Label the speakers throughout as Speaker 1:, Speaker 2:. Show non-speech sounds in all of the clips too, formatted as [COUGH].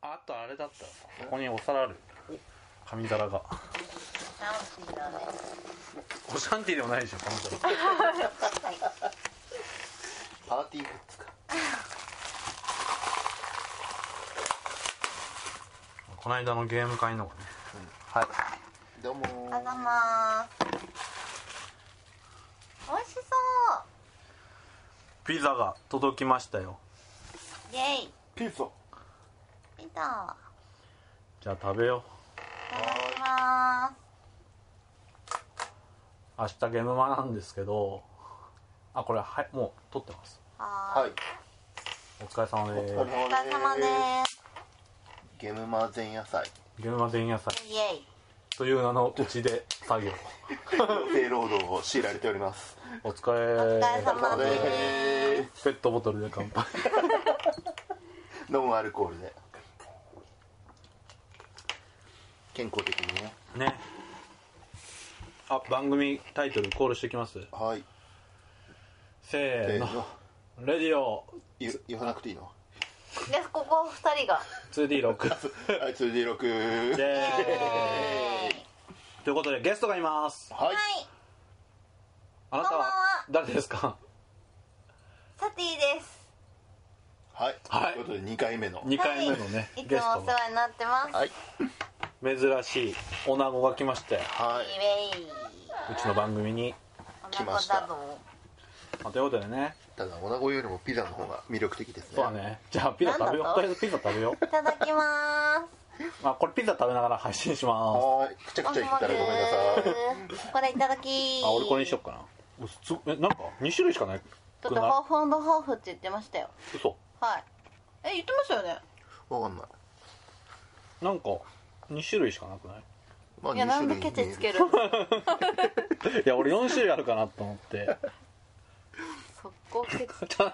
Speaker 1: あとあれだったここにお皿ある紙皿が
Speaker 2: シャンティーだね。
Speaker 1: おシャンティでもないでしょ紙皿
Speaker 2: はい。
Speaker 3: パーティーグッズか
Speaker 1: この間のゲーム会のがね
Speaker 3: はいどうも
Speaker 2: お
Speaker 3: ー
Speaker 2: はようございます。美味しそう。
Speaker 1: ピザが届きましたよ
Speaker 2: イェイ。
Speaker 3: ピザ
Speaker 2: ピザ。
Speaker 1: じゃあ食べよ
Speaker 2: いただきま
Speaker 1: う明日ゲームマなんですけどあこれはいもう撮ってます
Speaker 2: す。は
Speaker 3: は
Speaker 2: ー
Speaker 3: い
Speaker 2: い。
Speaker 1: お疲れ様
Speaker 3: お
Speaker 1: で
Speaker 3: 疲
Speaker 1: す
Speaker 2: お
Speaker 3: れ
Speaker 2: 疲れ様
Speaker 3: 様
Speaker 2: で。
Speaker 3: ですゲムマ前夜祭
Speaker 1: ゲームマ前夜祭
Speaker 2: イェイ。
Speaker 1: という名のうちで作業
Speaker 3: 強制労働を強いられております
Speaker 1: お疲
Speaker 2: お疲れ
Speaker 1: れ
Speaker 2: 様
Speaker 3: お疲れ様
Speaker 2: です。
Speaker 3: で
Speaker 1: ペットボトルで乾杯
Speaker 3: すノンアルコールで健康的にね
Speaker 1: ねあ番組タイトルコールしてきます
Speaker 3: はい
Speaker 1: せー
Speaker 3: せー
Speaker 1: の
Speaker 3: の
Speaker 1: レディオ
Speaker 3: 言言わなくていいの
Speaker 2: です、ここ二人が。
Speaker 1: 2D6
Speaker 3: [LAUGHS] はい 2D6
Speaker 1: イエ
Speaker 2: イェ
Speaker 1: ーイ
Speaker 2: ーイ。
Speaker 1: ということでゲストがいます
Speaker 3: はい
Speaker 2: はい。
Speaker 1: あなたは誰ですか
Speaker 2: サティです。
Speaker 3: はい、
Speaker 1: はい
Speaker 3: ということで2回目の
Speaker 1: 2回目のね、
Speaker 2: はいいつ
Speaker 1: ゲス
Speaker 2: も
Speaker 1: ト
Speaker 2: お世話になってます。
Speaker 3: はい
Speaker 1: が珍しい女子が来まして
Speaker 3: はい
Speaker 2: イェイ。
Speaker 1: うちの番組に、
Speaker 2: お
Speaker 3: 来
Speaker 2: 腹
Speaker 3: まし
Speaker 2: だ
Speaker 3: た
Speaker 2: ぞ。
Speaker 1: まあ、ということでね
Speaker 3: ただ女子よりもピザの方が魅力的ですね
Speaker 1: そうだねじゃあピザ食べよ
Speaker 2: なんだ
Speaker 1: うと
Speaker 2: と
Speaker 1: りあえずピザ食べよ
Speaker 2: いただきまーす。
Speaker 1: う、まあ、これピザ食べながら配信します
Speaker 3: はーいくちゃくちゃ言ったらごめんなさい
Speaker 2: さい。これいただき。
Speaker 1: あ俺これにしよっかなうすえなんか2種類しかない
Speaker 2: ちょ
Speaker 1: く
Speaker 2: っと
Speaker 1: な
Speaker 2: ハーフハーフって言ってましたよ。
Speaker 1: い嘘
Speaker 2: はい。え、言ってましたよね。
Speaker 3: わかんない
Speaker 1: なんか2種類しかなくない
Speaker 3: まあ
Speaker 2: いや、なんで
Speaker 3: 二
Speaker 2: ケチつけ
Speaker 3: る
Speaker 2: る。
Speaker 1: いや俺4種類あるかなと思って
Speaker 2: [LAUGHS] 速攻
Speaker 1: [LAUGHS]
Speaker 2: ケチ。え、ダメ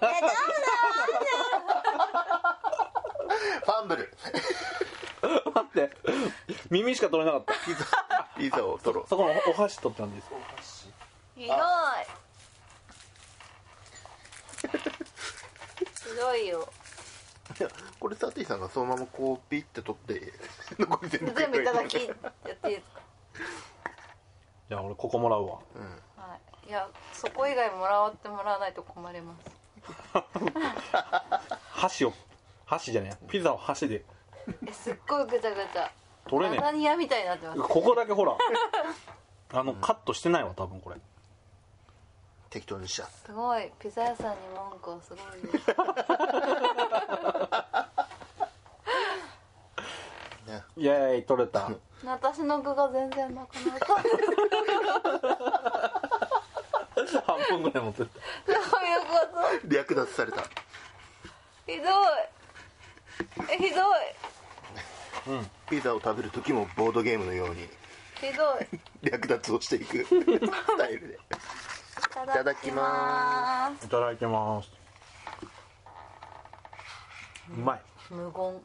Speaker 3: ファンブル
Speaker 1: 待って [LAUGHS] 耳しか取れなかった
Speaker 3: ピザを取ろう
Speaker 1: そこのおお箸取ってもいいですか
Speaker 2: ひどい。ひどいよ。
Speaker 3: いやこれサティさんがそのままこうピッて取って [LAUGHS] 残り全部
Speaker 2: 全部いただき、やっていいですか。
Speaker 1: じゃあ俺ここもらうわ
Speaker 2: はい。いや、そこ以外もらってもらわないと困ります。
Speaker 1: 箸を箸じゃねえピザを箸で
Speaker 2: え、すっごいぐちゃぐちゃ。
Speaker 1: 取れね
Speaker 2: ラザニアみたいになってま
Speaker 1: え
Speaker 2: す。
Speaker 1: ここだけほらあのカットしてないわ多分これ
Speaker 3: 適当にしちゃっ
Speaker 2: すごい、ピザ屋さんに文句をすごい言う。
Speaker 3: たね
Speaker 1: イエーイ取 [LAUGHS] れた
Speaker 2: 私の具が全然なく
Speaker 1: [LAUGHS]
Speaker 2: なった。
Speaker 1: 半分ぐらい持ってった
Speaker 2: どういうこと
Speaker 3: 略奪された
Speaker 2: ひどいえひど
Speaker 3: ピザを食べる時もボードゲームのように
Speaker 2: いひどい
Speaker 3: 略奪をしていくスタイルで
Speaker 2: い
Speaker 3: ただきます
Speaker 1: いただきますうまい
Speaker 2: 無言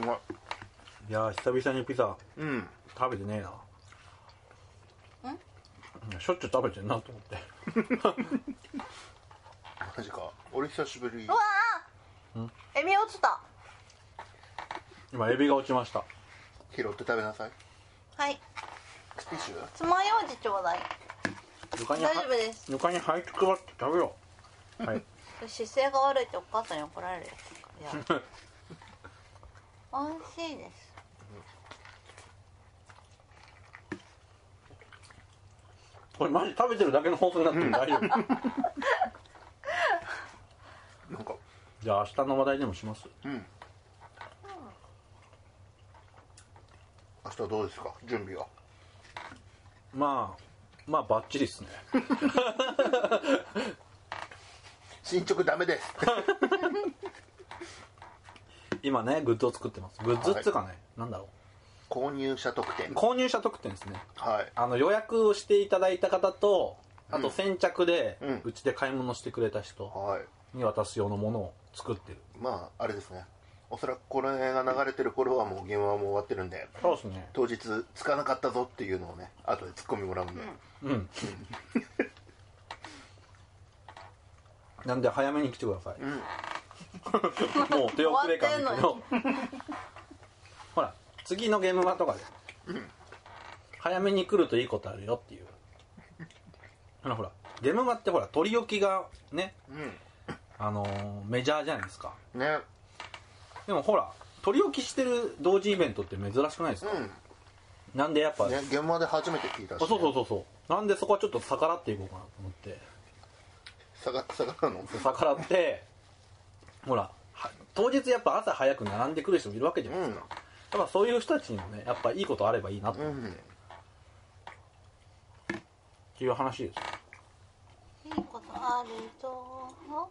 Speaker 3: うまい
Speaker 1: いやー久々にピザ
Speaker 3: うん
Speaker 1: 食べてねえなんしょっちゅう食べてんなと思って
Speaker 3: マジか俺久しぶり
Speaker 2: うわあエビ落ちた
Speaker 1: 今エビが落ちました
Speaker 3: 拾って食べなさい
Speaker 2: はい
Speaker 3: ティッシュ
Speaker 2: つまようじちょうだい
Speaker 1: 床に
Speaker 2: 大丈夫です
Speaker 1: 床に這いつくばって食べようはい
Speaker 2: 姿勢が悪いってお母さんに怒られるやついや美味しいです
Speaker 1: これマジ食べてるだけの放送になってる大丈夫
Speaker 3: なんか
Speaker 1: じゃあ明日の話題でもします
Speaker 3: うん明日どうですか準備は
Speaker 1: まあまあバッチリっすね
Speaker 3: 進捗ダメです [LAUGHS]
Speaker 1: 今ねグッズを作ってますグッズっつうかね、なんだろ
Speaker 3: 購入者特典
Speaker 1: う購入者特典ですね
Speaker 3: はい
Speaker 1: あの予約をしていただいた方とあと先着で
Speaker 3: うん
Speaker 1: うち、で買い物してくれた人
Speaker 3: はい
Speaker 1: に渡す用のものを作ってる
Speaker 3: まああれですねおそらくこの辺が流れてる頃はもうゲームはもう終わってるんで
Speaker 1: そうですね
Speaker 3: 当日つかなかった
Speaker 1: [LAUGHS]
Speaker 3: ぞっていうのをね後でツッコミもらうんで、
Speaker 1: うんなんで早めに来てください
Speaker 3: うん
Speaker 1: もう手遅れ感だけ
Speaker 2: 終
Speaker 1: どほら次のゲーム場とかで早めに来るといいことあるよっていうあのほらゲーム場ってほら取り置きがねあのーメジャーじゃないですか
Speaker 3: うんね
Speaker 1: でもほら取り置きしてる同時イベントって珍しくないですか、
Speaker 3: う
Speaker 1: なんでやっぱ、
Speaker 3: んね現場で初めて聞いた
Speaker 1: あ
Speaker 3: し、
Speaker 1: そ
Speaker 3: ね、
Speaker 1: うそうそうそうなんでそこはちょっと逆らっていこうかなと思って
Speaker 3: 下が下がるの
Speaker 1: 逆らってほらは当日やっぱ朝早く並んでくる人もいるわけじゃ
Speaker 3: う
Speaker 1: ないです
Speaker 3: ん
Speaker 1: か、だからそういう人たちにもねやっぱいいことあればいいなっ
Speaker 3: うん
Speaker 1: ていう話です
Speaker 4: いいことあると思
Speaker 1: よ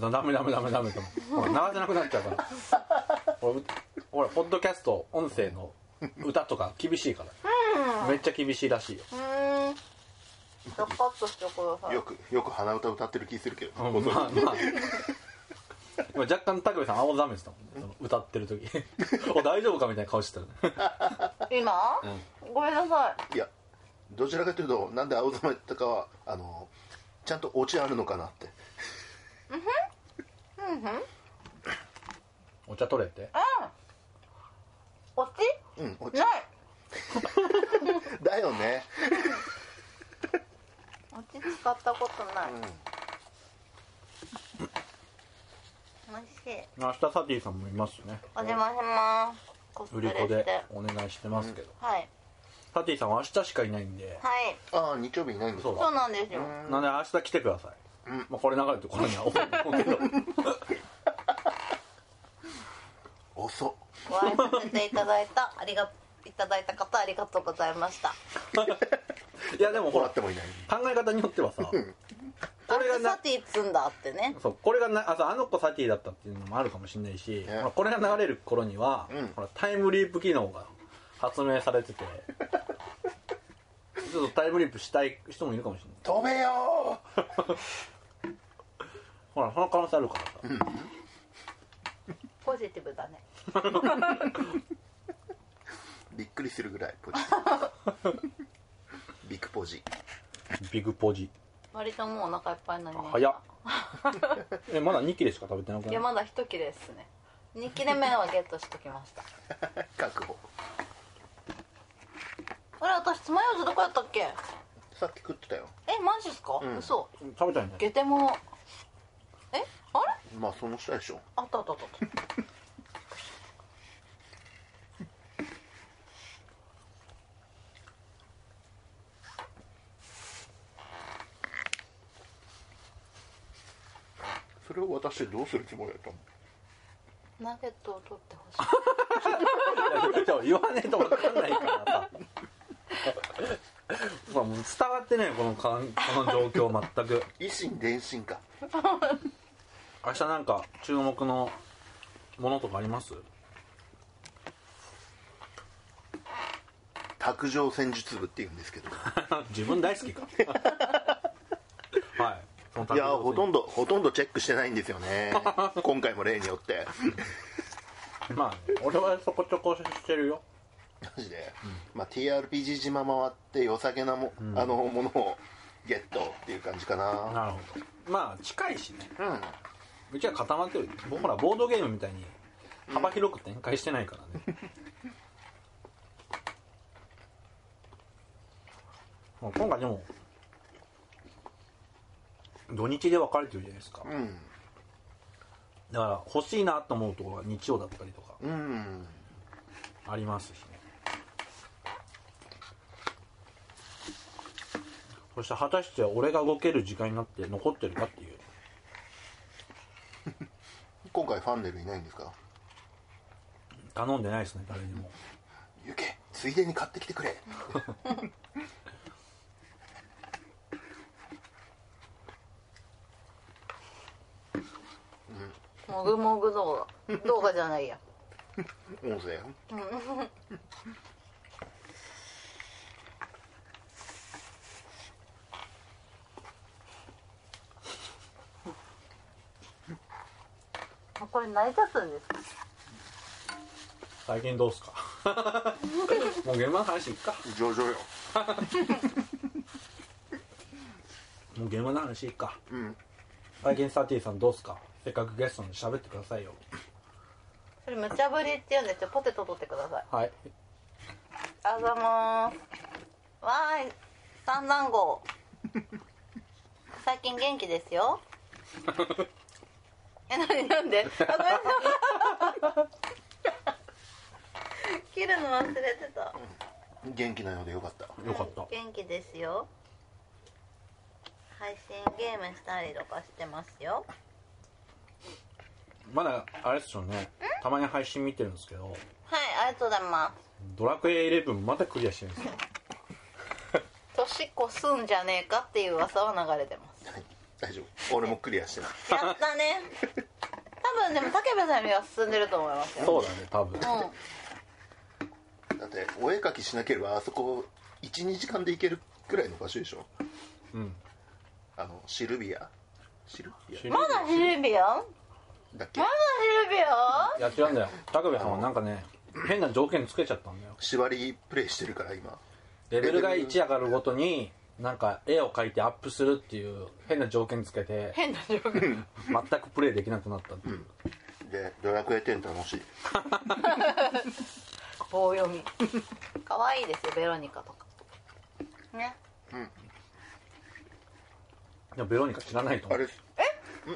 Speaker 1: だダメダメダメダメダメほら流せなくなっちゃうからほらうほらポッドキャスト音声の歌とか厳しいからめっちゃ厳しいらしいよ
Speaker 2: うーんじゃあカットしてください
Speaker 3: よくよく鼻歌歌ってる気するけど、
Speaker 1: うんまあまあ今若干武部さん青ざめてたもんねその歌ってる時 [LAUGHS] お大丈夫かみたいな顔してたよね
Speaker 2: 今、ごめんなさ
Speaker 3: いやどちらかというとなんで青ざめたかはあのちゃんとオチあるのかなって
Speaker 2: いうんうん
Speaker 1: お茶取れて
Speaker 2: 落ち
Speaker 3: うんオチ
Speaker 2: ない
Speaker 3: だよね
Speaker 2: 落ち使ったことない、
Speaker 3: うん
Speaker 2: おいしい
Speaker 1: 明日サティさんもいますね
Speaker 2: お邪魔しますコスプ
Speaker 1: 売
Speaker 2: レ
Speaker 1: り
Speaker 2: して
Speaker 1: 子でお願いしてますけど、
Speaker 2: はい
Speaker 1: サティさんは明日しかいないんで、
Speaker 2: はい
Speaker 3: ああ日曜日いないんです
Speaker 1: そう
Speaker 3: か
Speaker 2: そうなんですよ、
Speaker 1: なんで明日来てください、まあ、これ流れてこれには思う [LAUGHS] けど
Speaker 3: 遅っ
Speaker 2: ご挨拶していただいたありがいただいた方ありがとうございました
Speaker 1: いやでもほ
Speaker 3: もら
Speaker 1: ら
Speaker 3: ってもいない
Speaker 1: 考え方によってはさ
Speaker 2: あ
Speaker 1: これが
Speaker 2: れ
Speaker 1: な
Speaker 2: サティ積んだってね
Speaker 1: そうこれがなあそうあの子サティだったっていうのもあるかもしれないし、
Speaker 3: ね
Speaker 1: ほらこれが流れる頃には、
Speaker 3: うん
Speaker 1: ほらタイムリープ機能が発明されててちょっとタイムリープしたい人もいるかもしれない
Speaker 3: 飛べよー
Speaker 1: ほらその可能性あるからさ、
Speaker 2: ポジティブだね
Speaker 3: びっくりするぐらいポジティ
Speaker 1: [LAUGHS]
Speaker 3: ブビッグポジ
Speaker 1: ビッグポジ
Speaker 2: 割ともうお腹いっぱいになりました
Speaker 1: 早っ
Speaker 2: [LAUGHS]
Speaker 1: えまだ2切れしか食べてなく
Speaker 2: い
Speaker 1: な
Speaker 2: や
Speaker 1: い
Speaker 2: まだ一切れですね2切れ目はゲットしときました
Speaker 3: 確保
Speaker 2: あれ私爪楊枝どこやったっけえ
Speaker 3: さっき食ってたよ
Speaker 2: マジっすか、
Speaker 3: うん
Speaker 2: 嘘
Speaker 1: 食べたいね [LAUGHS]
Speaker 2: ゲテモノえあれ
Speaker 3: まあその下でしょ
Speaker 2: あったあったあった
Speaker 3: それを渡してどうするつもりだったの
Speaker 2: ナゲットを取ってほしい
Speaker 1: いや言わねえと分かんないから
Speaker 2: [LAUGHS]
Speaker 1: さまあもう伝わってねこのかんこの状況全く
Speaker 3: 維新伝心か
Speaker 1: 明日なんか注目のものとかあります [LAUGHS]
Speaker 3: 卓上戦術部って言うんですけど
Speaker 1: 自分大好き
Speaker 3: [LAUGHS]
Speaker 1: かはいその
Speaker 3: いやほと
Speaker 1: ん
Speaker 3: んどほとんどチェックしてないんですよね [LAUGHS] 今回も例によって
Speaker 1: どまあね俺はそこちょこしてるよ
Speaker 3: マジで、まあ、TRPG 島回って良さげなも,、あのものをゲットっていう感じかな
Speaker 1: なるほどまあ近いしね
Speaker 3: うん
Speaker 1: うちは固まってる僕ほらボードゲームみたいに幅広く展開してないからね、まあ今回でも土日で分かれてるじゃないですか
Speaker 3: うん
Speaker 1: だから欲しいなと思うところは日曜だったりとか
Speaker 3: うん
Speaker 1: ありますしねそして果たして俺が動ける時間になって残ってるかっていう
Speaker 3: 今回ファンネルいないんですか
Speaker 1: 頼んでないですね誰にも
Speaker 3: 行けついでに買ってきてくれ
Speaker 2: もぐもぐ動画動画じゃないや
Speaker 3: 音声
Speaker 2: もうこれ泣いちゃったんです
Speaker 1: 最近どうっすか [LAUGHS] もう現場の話いっか
Speaker 3: 上々よ
Speaker 1: もう現場の話いっか
Speaker 3: うん
Speaker 1: 再現サーティさんどうっすかせっかくゲストに喋ってくださいよ
Speaker 2: それ無茶ぶりって言うんですよポテト取ってください
Speaker 1: はい
Speaker 2: あざまーすわーい三男号最近元気ですよ [LAUGHS] えなになんであごめんなさい切るの忘れてた
Speaker 3: 元気なようでよかった
Speaker 1: よかった
Speaker 2: 元気ですよ配信ゲームしたりとかしてますよ
Speaker 1: まだあれっすよねたまに配信見てるんですけど
Speaker 2: はいありがとうございま
Speaker 1: ドラクエ11まだクリアしてるんですよ
Speaker 2: す年越すんじゃねえかっていう噂は流れてます
Speaker 3: はい大丈夫俺もクリアしてない
Speaker 2: やったね多分でも武部さんよりは進んでると思いますよ
Speaker 1: そうだね多分
Speaker 2: うん
Speaker 3: だってお絵描きしなければあそこ12時間で行けるくらいの場所でしょ
Speaker 1: うん
Speaker 3: あのシルビアシルビ
Speaker 1: 知り
Speaker 2: まだシルビアン
Speaker 3: アだっけ
Speaker 2: まだシルビアン
Speaker 1: いや違うんだよ高部さんはなんかね変な条件つけちゃったんだよ
Speaker 3: 縛りプレイしてるから今
Speaker 1: レベルが1上がるごとになんか絵を描いてアップするっていう変な条件つけて
Speaker 2: 変な状況
Speaker 1: 全くプレイできなくなったっていう
Speaker 3: でドラクエ10楽しい
Speaker 2: 棒読み可愛いですよベロニカとかね
Speaker 1: でもベロニカ知らないと思
Speaker 3: あ
Speaker 1: う
Speaker 3: れ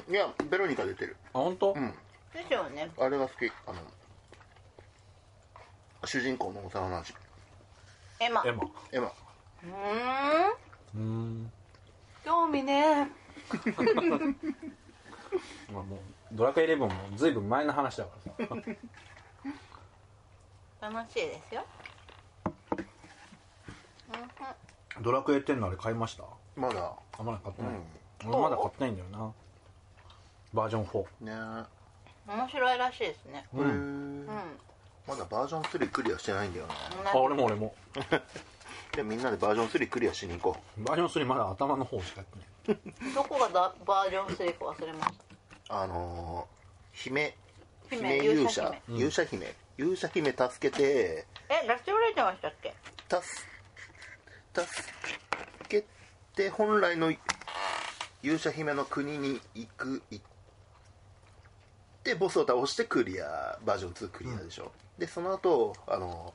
Speaker 3: えいやベロニカ出てる
Speaker 1: あ本当、
Speaker 3: うん
Speaker 2: ですよね
Speaker 3: あれが好きあの主人公の幼なじ
Speaker 2: エマ
Speaker 1: エ
Speaker 2: う
Speaker 1: マ
Speaker 3: みエマ
Speaker 2: ー
Speaker 1: う
Speaker 2: ん
Speaker 1: ーん
Speaker 2: 興味ね
Speaker 1: まあもうドラクエ11もずいぶん前の話だからさ
Speaker 2: 楽しいですよ
Speaker 1: ドラクエ10のあれ買いました
Speaker 3: まだ
Speaker 1: あまだ買ってない、
Speaker 2: ん
Speaker 1: 俺まだ買ってないんだよなバージョン4
Speaker 3: ね
Speaker 2: 面白いらしいですね
Speaker 3: え、
Speaker 1: うん
Speaker 2: うん
Speaker 3: まだバージョン3クリアしてないんだよな
Speaker 1: あ俺も俺も
Speaker 3: でみんなでバージョン3クリアしに行こう
Speaker 1: バージョン3まだ頭の方しかやってない
Speaker 2: どこがだバージョン3か忘れまし
Speaker 3: あのー、姫
Speaker 2: 姫
Speaker 3: 勇者
Speaker 2: 勇
Speaker 3: 勇者姫勇者姫助けて
Speaker 2: たえラストブレイてましたっけ
Speaker 3: 助助けて本来の勇者姫の国に行く行ってボスを倒してクリアバージョン2クリアでしょ、でその後あの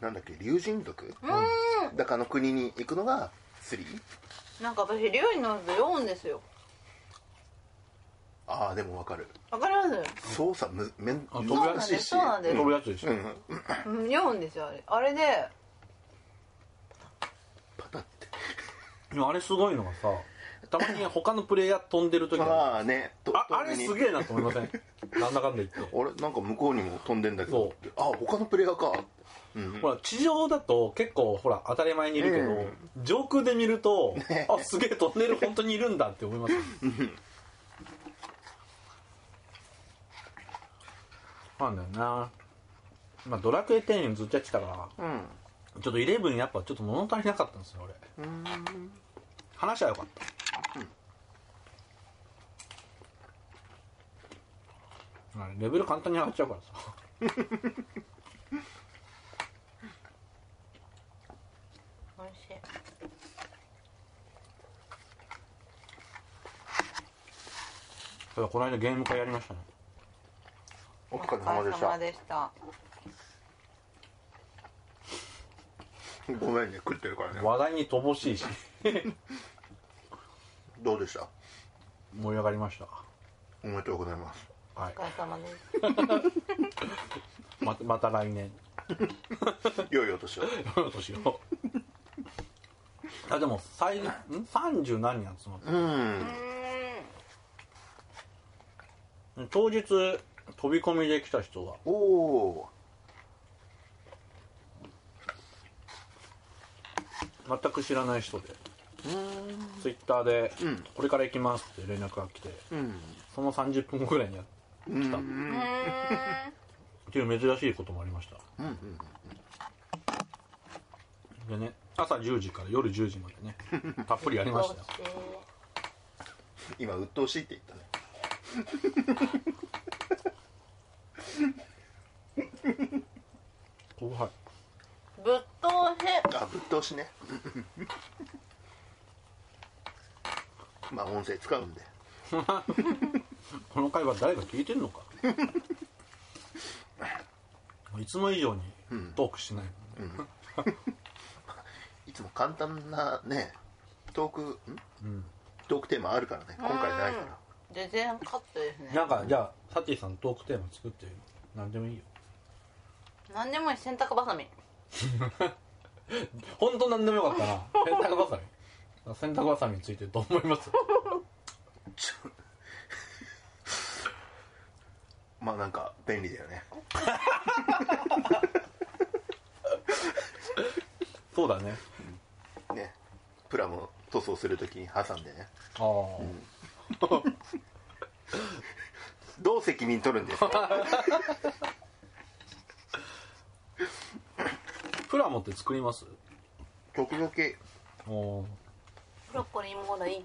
Speaker 3: なんだっけ竜神族だかの国に行くのが 3?
Speaker 2: なんか私竜に乗ると酔うんですよ
Speaker 3: ああでもわかる
Speaker 2: わかります
Speaker 3: 操作むめん
Speaker 1: あそう
Speaker 3: 難しいし
Speaker 2: そうなんです
Speaker 1: 飛ぶやつでしょ、
Speaker 2: うん酔うんですよあれあれで
Speaker 3: パタって
Speaker 1: でもあれすごいのがさたまに他のプレイヤー飛んでる時あ
Speaker 3: ああねと
Speaker 1: ああれ
Speaker 3: 遠目に
Speaker 1: すげえなと思いませんなんだかんだ言って
Speaker 3: あれなんか向こうにも飛んでんだけど
Speaker 1: そ
Speaker 3: あ他のプレイヤーかうん
Speaker 1: ほら地上だと結構ほら当たり前にいるけど、上空で見ると、あすげえ飛んでる本当にいるんだって思いますよねそうなんだよなまあドラクエ10ずっとやってたから
Speaker 3: うん
Speaker 1: ちょっと11やっぱちょっと物足りなかったんですよ俺話は良かったあれレベル簡単に上がっちゃうからさ
Speaker 2: 美味しい
Speaker 1: ただこの間ゲーム会やりましたね
Speaker 3: お疲れ様でした
Speaker 2: でした
Speaker 3: ごめんね食ってるからね
Speaker 1: 話題に乏しいし
Speaker 3: どうでした
Speaker 1: 盛り上がりました
Speaker 3: おめでとうございます
Speaker 1: はい
Speaker 2: お疲れ様です
Speaker 1: ままた来年
Speaker 3: 良いお年を
Speaker 1: 年を [LAUGHS] あでも最ん30何人集まっ
Speaker 3: うん
Speaker 1: た当日飛び込みで来た人が
Speaker 3: おお
Speaker 1: 全く知らない人でツイッターで、
Speaker 3: ん
Speaker 1: これから行きます」って連絡が来て
Speaker 3: うん
Speaker 1: その30分後ぐらいにや来たっていう珍しいこともありました
Speaker 3: うん
Speaker 1: でね朝10時から夜10時までねたっぷりやりましたよ
Speaker 3: 今鬱陶しいって言ったね
Speaker 1: 後輩
Speaker 2: ぶっ通し
Speaker 3: あぶっ通し [LAUGHS] ねまあ音声使うんで
Speaker 1: この会話誰か聞いてんのかいつも以上にトークしないもんね、
Speaker 3: いつも簡単なねトークん、トークテーマあるからね今回ないから
Speaker 2: うん全然カットですね
Speaker 1: なんかじゃあサティさんトークテーマ作って何でもいいよ
Speaker 2: 何でもいい洗濯バサミ
Speaker 1: 本当何でもよか [LAUGHS] ったな洗濯バサミ洗濯バサミについてどう思います
Speaker 3: ちょまあなんか便利だよね
Speaker 1: そうだね
Speaker 3: ねプラモ塗装するときに挟んでね
Speaker 1: ああ、
Speaker 3: どう責任取るんです
Speaker 1: [LAUGHS]
Speaker 3: か
Speaker 1: プラモって作ります
Speaker 3: 時々
Speaker 1: おお
Speaker 2: ブロッコリーもらい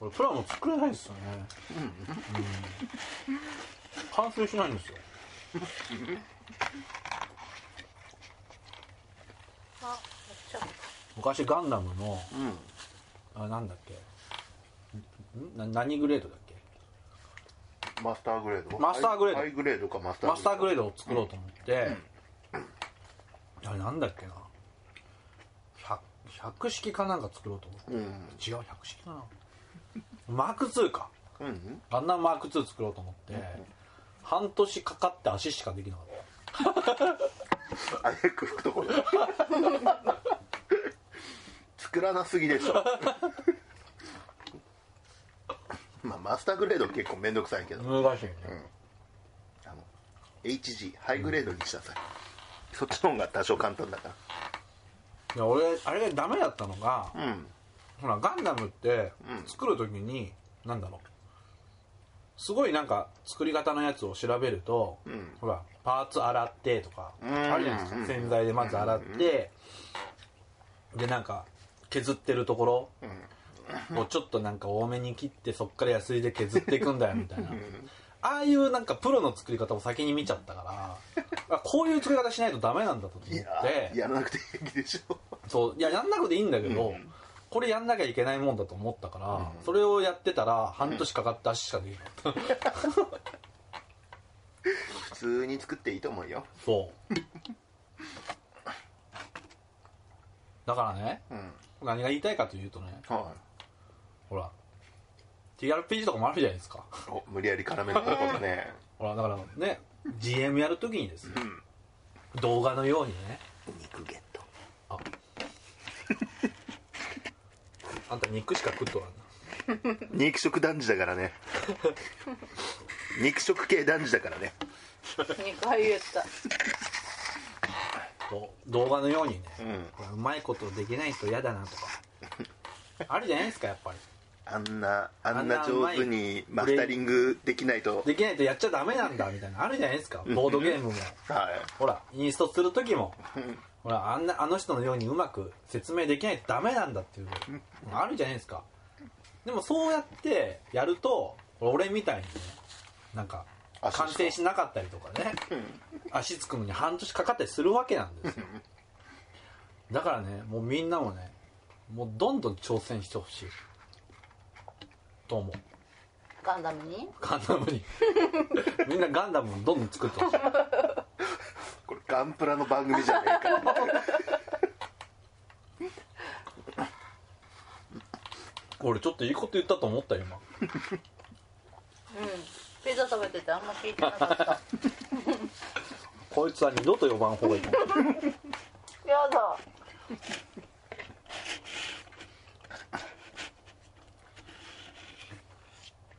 Speaker 1: 俺プラモ作れないですよねうん完成しないんですよ
Speaker 2: あめっちゃ
Speaker 1: 昔ガンダムの
Speaker 3: うん
Speaker 1: あなんだっけんな何グレードだっけ
Speaker 3: マスターグレード
Speaker 1: マスターグレード
Speaker 3: ハイハイグレードかマスター
Speaker 1: マスターグレー
Speaker 3: ド
Speaker 1: ドを作ろうと思って、あれなんだっけな 100, 100式かなんか作ろうと思って、
Speaker 3: うん
Speaker 1: 違う100式かなマーク2か
Speaker 3: うんうん
Speaker 1: ガンダムマーク2作ろうと思って、半年かかって足しかできなかった
Speaker 3: あれく吹くところ [LAUGHS] 作らなすぎでしょ [LAUGHS] まあマスターグレード結構面倒くさいけど、
Speaker 1: 難しいね、
Speaker 3: あの HG ハイグレードにしなさい、そっちの方が多少簡単だか
Speaker 1: いや俺あれがダメだったのが、
Speaker 3: らうん
Speaker 1: ほらガンダムって
Speaker 3: うん
Speaker 1: 作る時に、なんだろうすごいなんか作り方のやつを調べると、
Speaker 3: うん
Speaker 1: ほらパーツ洗ってとか
Speaker 3: うん
Speaker 1: あるじゃないですか、
Speaker 3: うん
Speaker 1: 洗剤でまず洗って、でなんか削ってるところをちょっとなんか多めに切ってそっから安いで削っていくんだよみたいな。ああいうなんかプロの作り方を先に見ちゃった
Speaker 3: [LAUGHS]
Speaker 1: から、あこういう作り方しないとダメなんだと思っ
Speaker 3: い
Speaker 1: て
Speaker 3: や、やらなくて平気でしょ
Speaker 1: そういややんなくていいんだけど、これやんなきゃいけないもんだと思ったから、それをやってたら半年かかって足しかできなかった、
Speaker 3: 普通に作っていいと思うよ
Speaker 1: そう [LAUGHS] だからね
Speaker 3: うん
Speaker 1: 何が言いたいかというとね
Speaker 3: は
Speaker 1: ほら TRPG とかもあるじゃないですか
Speaker 3: いお無理やり絡めるところね
Speaker 1: ほらだからね GM やるときにですよ、動画のようにね
Speaker 3: 肉ゲット
Speaker 1: あ [LAUGHS] あんた肉しか食っとらんな
Speaker 3: 肉食男児だからね肉食系男児だからね
Speaker 2: 2回言った
Speaker 1: こう動画のようにね、
Speaker 3: うん
Speaker 1: これうまいことできないと嫌だなとかあるじゃないですかやっぱり
Speaker 3: あんなあ
Speaker 1: あ
Speaker 3: んなん
Speaker 1: な
Speaker 3: 上手にマスタリングできないと
Speaker 1: できないとやっちゃダメなんだみたいなのあるじゃないですかボードゲームも
Speaker 3: はい
Speaker 1: ほらインストする時もほらあんなあの人のようにうまく説明できないとダメなんだっていうのあるじゃないですかでもそうやってやると俺みたいにねなんか
Speaker 3: あそう
Speaker 1: 完
Speaker 3: ですか
Speaker 1: 成しなかったりとかね足つくのに半年かかったりするわけなんですよだからねもうみんなもねもうどんどん挑戦してほしいと思う
Speaker 2: ガンダムに
Speaker 1: ガンダムに [LAUGHS] みんなガンダムをどんどん作ってほしい
Speaker 3: [LAUGHS] これガンプラの番組じゃねえか
Speaker 1: 俺ちょっといいこと言ったと思ったよ今
Speaker 2: うんピザ食べててあんま聞いてなかった
Speaker 1: こいつは二度と呼ばん方がいい
Speaker 2: やだ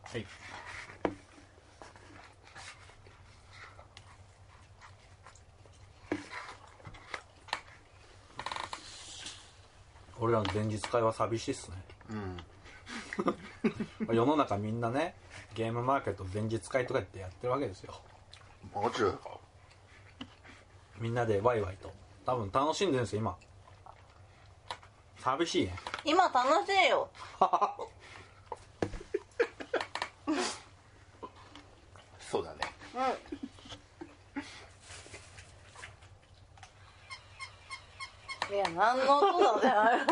Speaker 1: はい。俺らの前日会は寂しいっすね。
Speaker 3: [LAUGHS] うん
Speaker 1: 世の中みんなね、ゲームマーケット前日会とかってやってるわけですよ。
Speaker 3: マジ
Speaker 1: みんなでワイワイと。多分楽しんでるんですよ、今。寂しいね。
Speaker 2: 今楽しいよ
Speaker 3: そうだね
Speaker 2: いや何の音だねあれ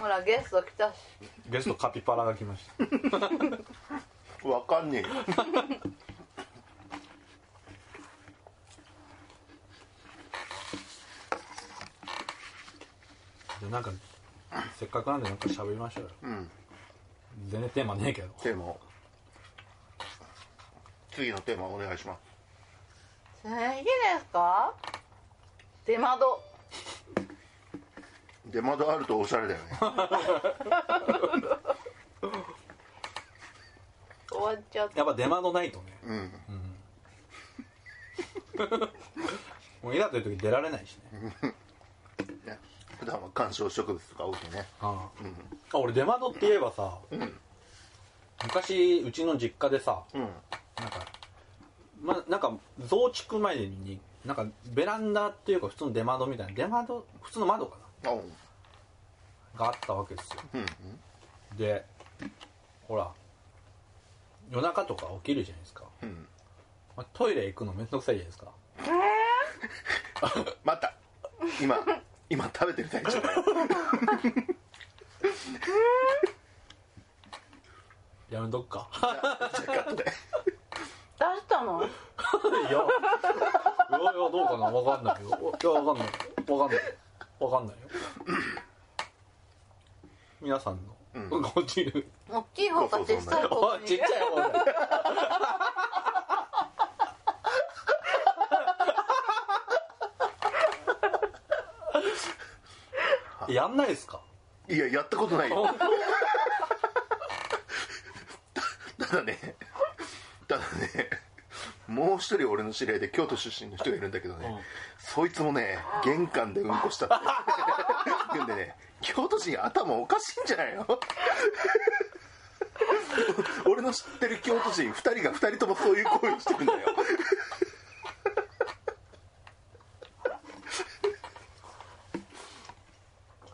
Speaker 2: ほらゲスト来たし
Speaker 1: ゲストカピパラが来ました
Speaker 3: わかんねえよ
Speaker 1: でなんかせっかくなんでなんか喋りましょうよ
Speaker 3: うん
Speaker 1: 全然テーマねえけど
Speaker 3: テーマを次のテーマお願いします
Speaker 2: 次ですか出窓
Speaker 3: 出窓あるとおしゃれだ [LAUGHS] よね
Speaker 2: 終わっちゃった
Speaker 1: やっぱ出窓ないとね
Speaker 3: うん
Speaker 1: もういざという時出られないしね
Speaker 3: ね普段は観賞植物とか多いとね
Speaker 1: あああ俺出窓って言えばさ、昔うちの実家でさ
Speaker 3: うん
Speaker 1: なんかまなんか増築前になんかベランダっていうか普通の出窓みたいな出窓普通の窓か
Speaker 3: あうん
Speaker 1: ながあったわけですよ
Speaker 3: うん
Speaker 1: でほら夜中とか起きるじゃないですか、
Speaker 3: うん
Speaker 1: まあトイレ行くのめんどくさいじゃないですか
Speaker 3: また今今食べてる最中だよ
Speaker 1: やめとくか
Speaker 3: じゃあカットで
Speaker 2: 出した
Speaker 1: い
Speaker 2: の
Speaker 1: やいやいやどうかなわかんないよいやわかんないわかんないわかんないよ皆さんの、
Speaker 3: うん
Speaker 1: ご自由
Speaker 2: 大きい方か小さい方
Speaker 1: お
Speaker 2: か
Speaker 1: いちっちゃい方だよやんないですか
Speaker 3: いややったことないよただねただねもう一人俺の知り合いで京都出身の人がいるんだけどね、
Speaker 1: うん
Speaker 3: そいつもね玄関でうんこしたって言うんでね京都人頭おかしいんじゃないの俺の知ってる京都人2人が2人ともそういう行為をしてるんだよ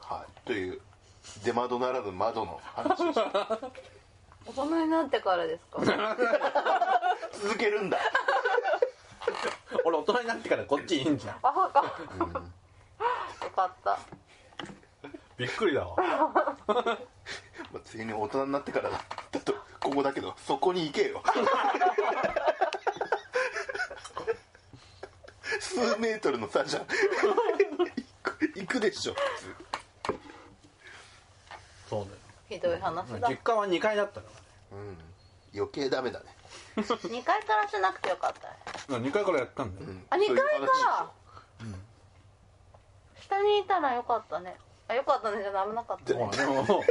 Speaker 3: はいという出窓ならぬ窓の話
Speaker 2: [LAUGHS]
Speaker 3: をし
Speaker 2: 大人になってからですか
Speaker 3: 続けるんだ
Speaker 1: 俺大人になってからこっちいいんじゃん
Speaker 2: あそうかよかった
Speaker 1: びっくりだわ
Speaker 3: まあ、ついに大人になってからだだとここだけどそこに行けよ数メートルの差じゃん行く行くでしょ
Speaker 1: そうだよ
Speaker 2: ひどい話だ
Speaker 1: 実家は2階だったか
Speaker 3: うん余計ダメだね、
Speaker 2: 2階からしなくてよかったね
Speaker 1: らね2階からやったんだよ、
Speaker 3: うん
Speaker 2: あ
Speaker 3: そうい
Speaker 2: 2
Speaker 3: う
Speaker 2: 階
Speaker 3: 話
Speaker 2: か下にいたらよかったねあよかったねじゃ危なかったね
Speaker 1: ほらねもう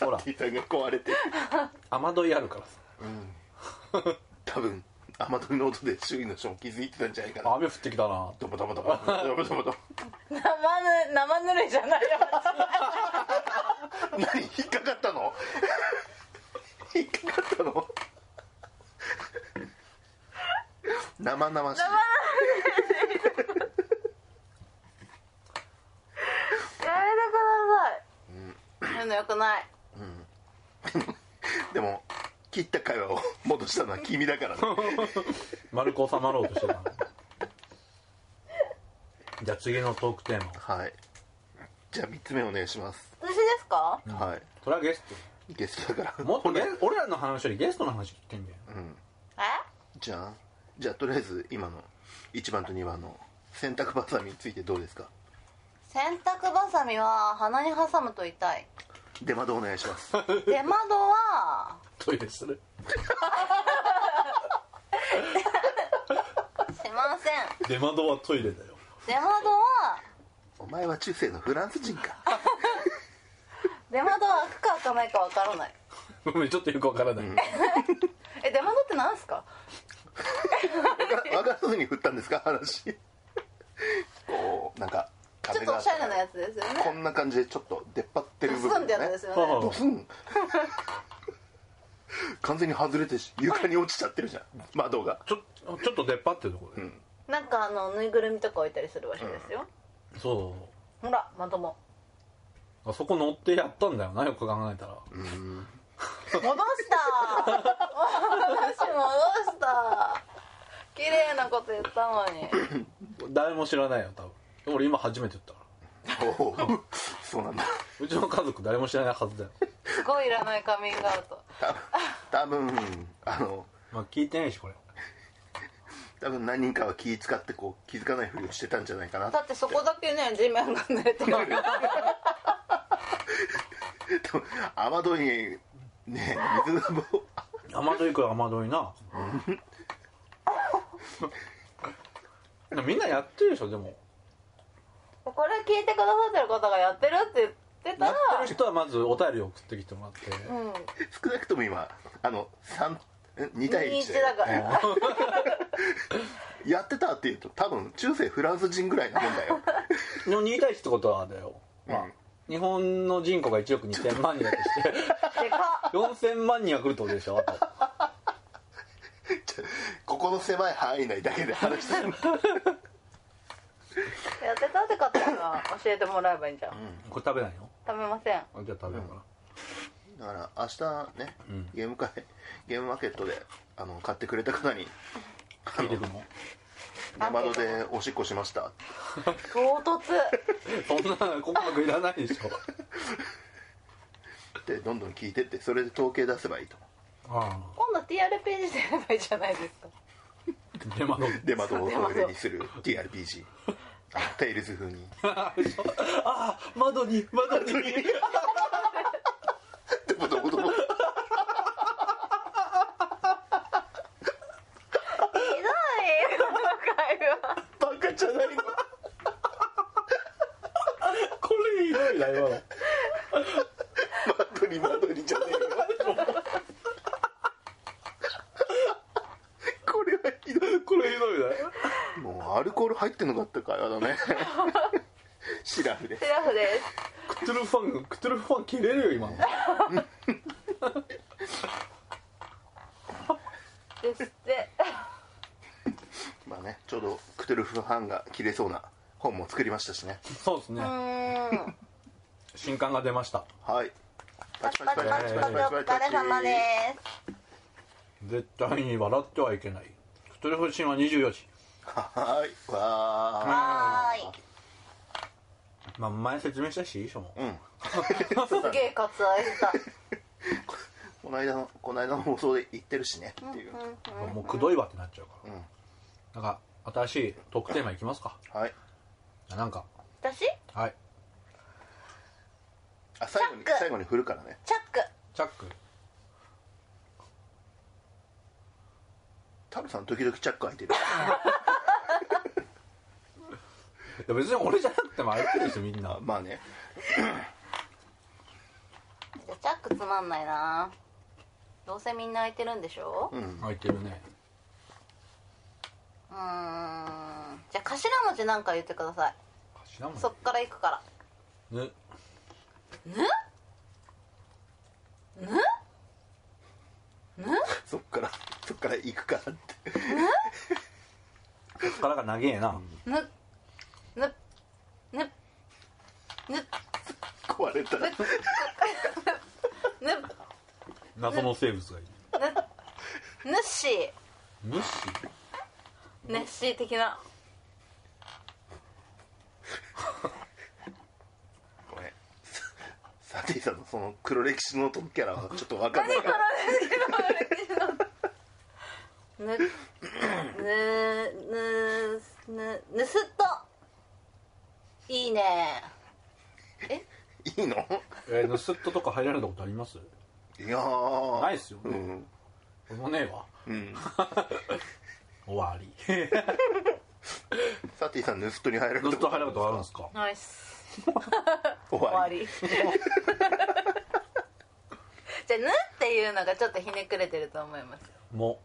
Speaker 1: ほら
Speaker 3: でしょ板が壊れてる、
Speaker 1: [LAUGHS] 雨どいあるからさ
Speaker 3: うん、多分雨どいの音で周囲の人も気づいてたんじゃないかな
Speaker 1: 雨降ってきたな
Speaker 3: ドボドボドボドボドボドボ
Speaker 2: 生ぬ生ぬるいじゃ [LAUGHS] ないよ
Speaker 3: 何引っかかったの引っかかったの
Speaker 2: [LAUGHS]
Speaker 3: 生々しい
Speaker 2: やめてくださいそういうのよくない
Speaker 3: でも切った会話を戻したの [LAUGHS] は君だからね
Speaker 1: 丸く収まろうとしてたのじゃあ次のトークテーマ
Speaker 3: はいじゃあ3つ目お願いします、
Speaker 2: 私ですか
Speaker 3: は
Speaker 1: それはゲス
Speaker 3: いゲストだか
Speaker 1: ト
Speaker 3: ら
Speaker 1: もっと
Speaker 3: ほ
Speaker 1: ゲ
Speaker 3: ら
Speaker 1: 俺らの話よりゲストの話聞けんだよ
Speaker 3: うん
Speaker 2: え
Speaker 3: じゃあじゃあとりあえず今の1番と2番の洗濯バサミについてどうですか
Speaker 2: 洗濯バサミは鼻に挟むと痛 [LAUGHS] い
Speaker 3: 出窓お願いします [LAUGHS]
Speaker 2: 出窓は
Speaker 1: トイレする
Speaker 2: しません
Speaker 1: 出窓はトイレだよ
Speaker 2: 出窓は
Speaker 3: お前は中世のフランス人か
Speaker 2: 出窓は開くか開かないかわからない
Speaker 1: ごめんちょっとよくわからない、
Speaker 2: え出窓ってなんすか
Speaker 3: 分からずに振ったんですか話こうなんか
Speaker 2: ち
Speaker 3: 壁
Speaker 2: ょっと
Speaker 3: があ
Speaker 2: お
Speaker 3: っ
Speaker 2: しゃ
Speaker 3: た
Speaker 2: れ
Speaker 3: ら
Speaker 2: なやつですよね
Speaker 3: こんな感じでちょっと出っ張ってる部
Speaker 2: すん
Speaker 3: 分
Speaker 2: って
Speaker 3: ね
Speaker 2: やつですよ
Speaker 1: はあ
Speaker 2: ね
Speaker 1: はあ
Speaker 3: ドスン完全に外れてし床に落ちちゃってるじゃん窓が
Speaker 1: ちょちょっと出っ張ってるとこで、
Speaker 2: なんかあのぬいぐるみとか置いたりする場所ですよ、
Speaker 1: そ
Speaker 2: ほら窓も
Speaker 1: うあそこ乗ってやったんだよなよく考えたら、
Speaker 2: 戻した戻し戻した綺麗なこと言ったのに
Speaker 1: 誰も知らないよ多分俺今初めて言ったか
Speaker 3: おおそうなんだ
Speaker 1: うちの家族誰も知らないはずだよ
Speaker 2: すごいいらないカミングアウト
Speaker 3: た多分あの
Speaker 1: [LAUGHS] まあ聞いてないしこれ
Speaker 3: 多分何人かは気使ってこう気づかないふりをしてたんじゃないかな
Speaker 2: だってそこだけね地面が濡れてる
Speaker 3: 多分雨どいにね水がもう
Speaker 1: 雨どいくら雨どいなみんなやってるでしょでも
Speaker 2: これ聞いてくださってる方がやってるって言ってた
Speaker 1: や
Speaker 2: ら
Speaker 1: ってる人はまずお便りを送ってきてもらって
Speaker 2: うん
Speaker 3: 少なくとも今あの3 2対1
Speaker 2: 21
Speaker 3: で
Speaker 2: だから
Speaker 3: やってたっていうと多分中世フランス人ぐらいのもんだよ、
Speaker 1: でも2対1ってことはだよ
Speaker 3: うん
Speaker 1: 日本の人口が1億2000万人だとして
Speaker 3: [LAUGHS]
Speaker 2: でか
Speaker 1: 4000万人が来るってことでしょあと
Speaker 3: ここの狭い範囲内だけで話してる
Speaker 2: っやってたって方が教えてもらえばいいんじゃん、
Speaker 1: これ食べないの
Speaker 2: 食べません
Speaker 1: あじゃあ食べようかな、
Speaker 3: だから明日ね、
Speaker 1: ん
Speaker 3: ゲーム会ゲームマーケットであの買ってくれた方に
Speaker 1: 聞いてくの
Speaker 3: 出窓でおしっこしました
Speaker 2: 唐突
Speaker 1: そんな告白いらないでしょ
Speaker 3: ってどんどん聞いてってそれで統計出せばいいと
Speaker 1: あ
Speaker 2: 今度 TRPG でやればいいじゃないですか
Speaker 1: あ出窓
Speaker 3: 出窓をトイレにする TRPG あのテイルズ風に
Speaker 1: ああ窓に窓に
Speaker 3: どこどこどこ
Speaker 2: ひどいこの会 [LAUGHS] 話
Speaker 3: バカじゃないの
Speaker 1: [LAUGHS] これひどいな今の
Speaker 3: 窓に窓にじゃねえよこれはひどい
Speaker 1: これひどいな
Speaker 3: もうアルコール入ってんのかって会話だね [LAUGHS] シラフで
Speaker 2: シラフです
Speaker 1: クトゥルファンクトゥルファン切れるよ今の
Speaker 2: ですって
Speaker 3: まあねちょうどクトゥルフファンが切れそうな本も作りましたしね
Speaker 1: そうですね
Speaker 2: うーん
Speaker 1: 新刊が出ました
Speaker 3: はいパチ
Speaker 2: パチパチパチお疲れ様です
Speaker 1: 絶対に笑ってはいけないクトゥルフ神話24時
Speaker 3: はいわ
Speaker 2: はーい
Speaker 1: まあ前説明したしいいでしょもう
Speaker 3: ーうん
Speaker 2: すげえ割愛した
Speaker 3: この間のこの間の放送で言ってるしねっていう、
Speaker 1: もうくどいわってなっちゃうから、
Speaker 3: うん
Speaker 1: なんか新しいトークテーマいきますか
Speaker 3: はい
Speaker 1: なんか
Speaker 2: 私
Speaker 1: はい
Speaker 3: あ最後に
Speaker 2: チャック
Speaker 3: 最後に振るからね
Speaker 2: チャック
Speaker 1: チャック
Speaker 3: タロさん時々チャック開いてる
Speaker 1: いや別に俺じゃなくてもあれってるでしょみんな
Speaker 3: まあね
Speaker 2: じゃあチャックつまんないなどうせみんな空いてるんでしょう
Speaker 3: うん
Speaker 1: 開いてるね
Speaker 2: ーんじゃあ頭文字なんか言ってください
Speaker 1: 頭文
Speaker 2: そっから行くから
Speaker 1: 字ね
Speaker 3: そっからそっから行くからって
Speaker 1: そっからが長えな
Speaker 2: ぬぬぬぬ
Speaker 3: 壊れたら
Speaker 2: ぬぬ
Speaker 1: 謎の生物がいる
Speaker 2: ぬっし
Speaker 1: 無視
Speaker 2: ーネッシー的な
Speaker 3: ごめん [LAUGHS] サティさんのその黒歴史ノートのキャラはちょっとわかんない
Speaker 2: 何こ
Speaker 3: から
Speaker 2: のぬぬぬぬぬすっといいね
Speaker 3: いいの
Speaker 1: えー、ヌスットとか入られたことあります
Speaker 3: いやー
Speaker 1: ないっすよね
Speaker 3: うん、
Speaker 1: 俺もねえわ
Speaker 3: うん、
Speaker 1: 終わり
Speaker 3: サティさんヌストに入られ
Speaker 1: ヌス
Speaker 3: た
Speaker 1: ッ
Speaker 3: こと
Speaker 1: ト入られたことあるんですか
Speaker 2: ナイス
Speaker 3: 終
Speaker 2: 終わ
Speaker 3: わり
Speaker 2: りじゃあ「ぬ」っていうのがちょっとひねくれてると思いますよ
Speaker 1: も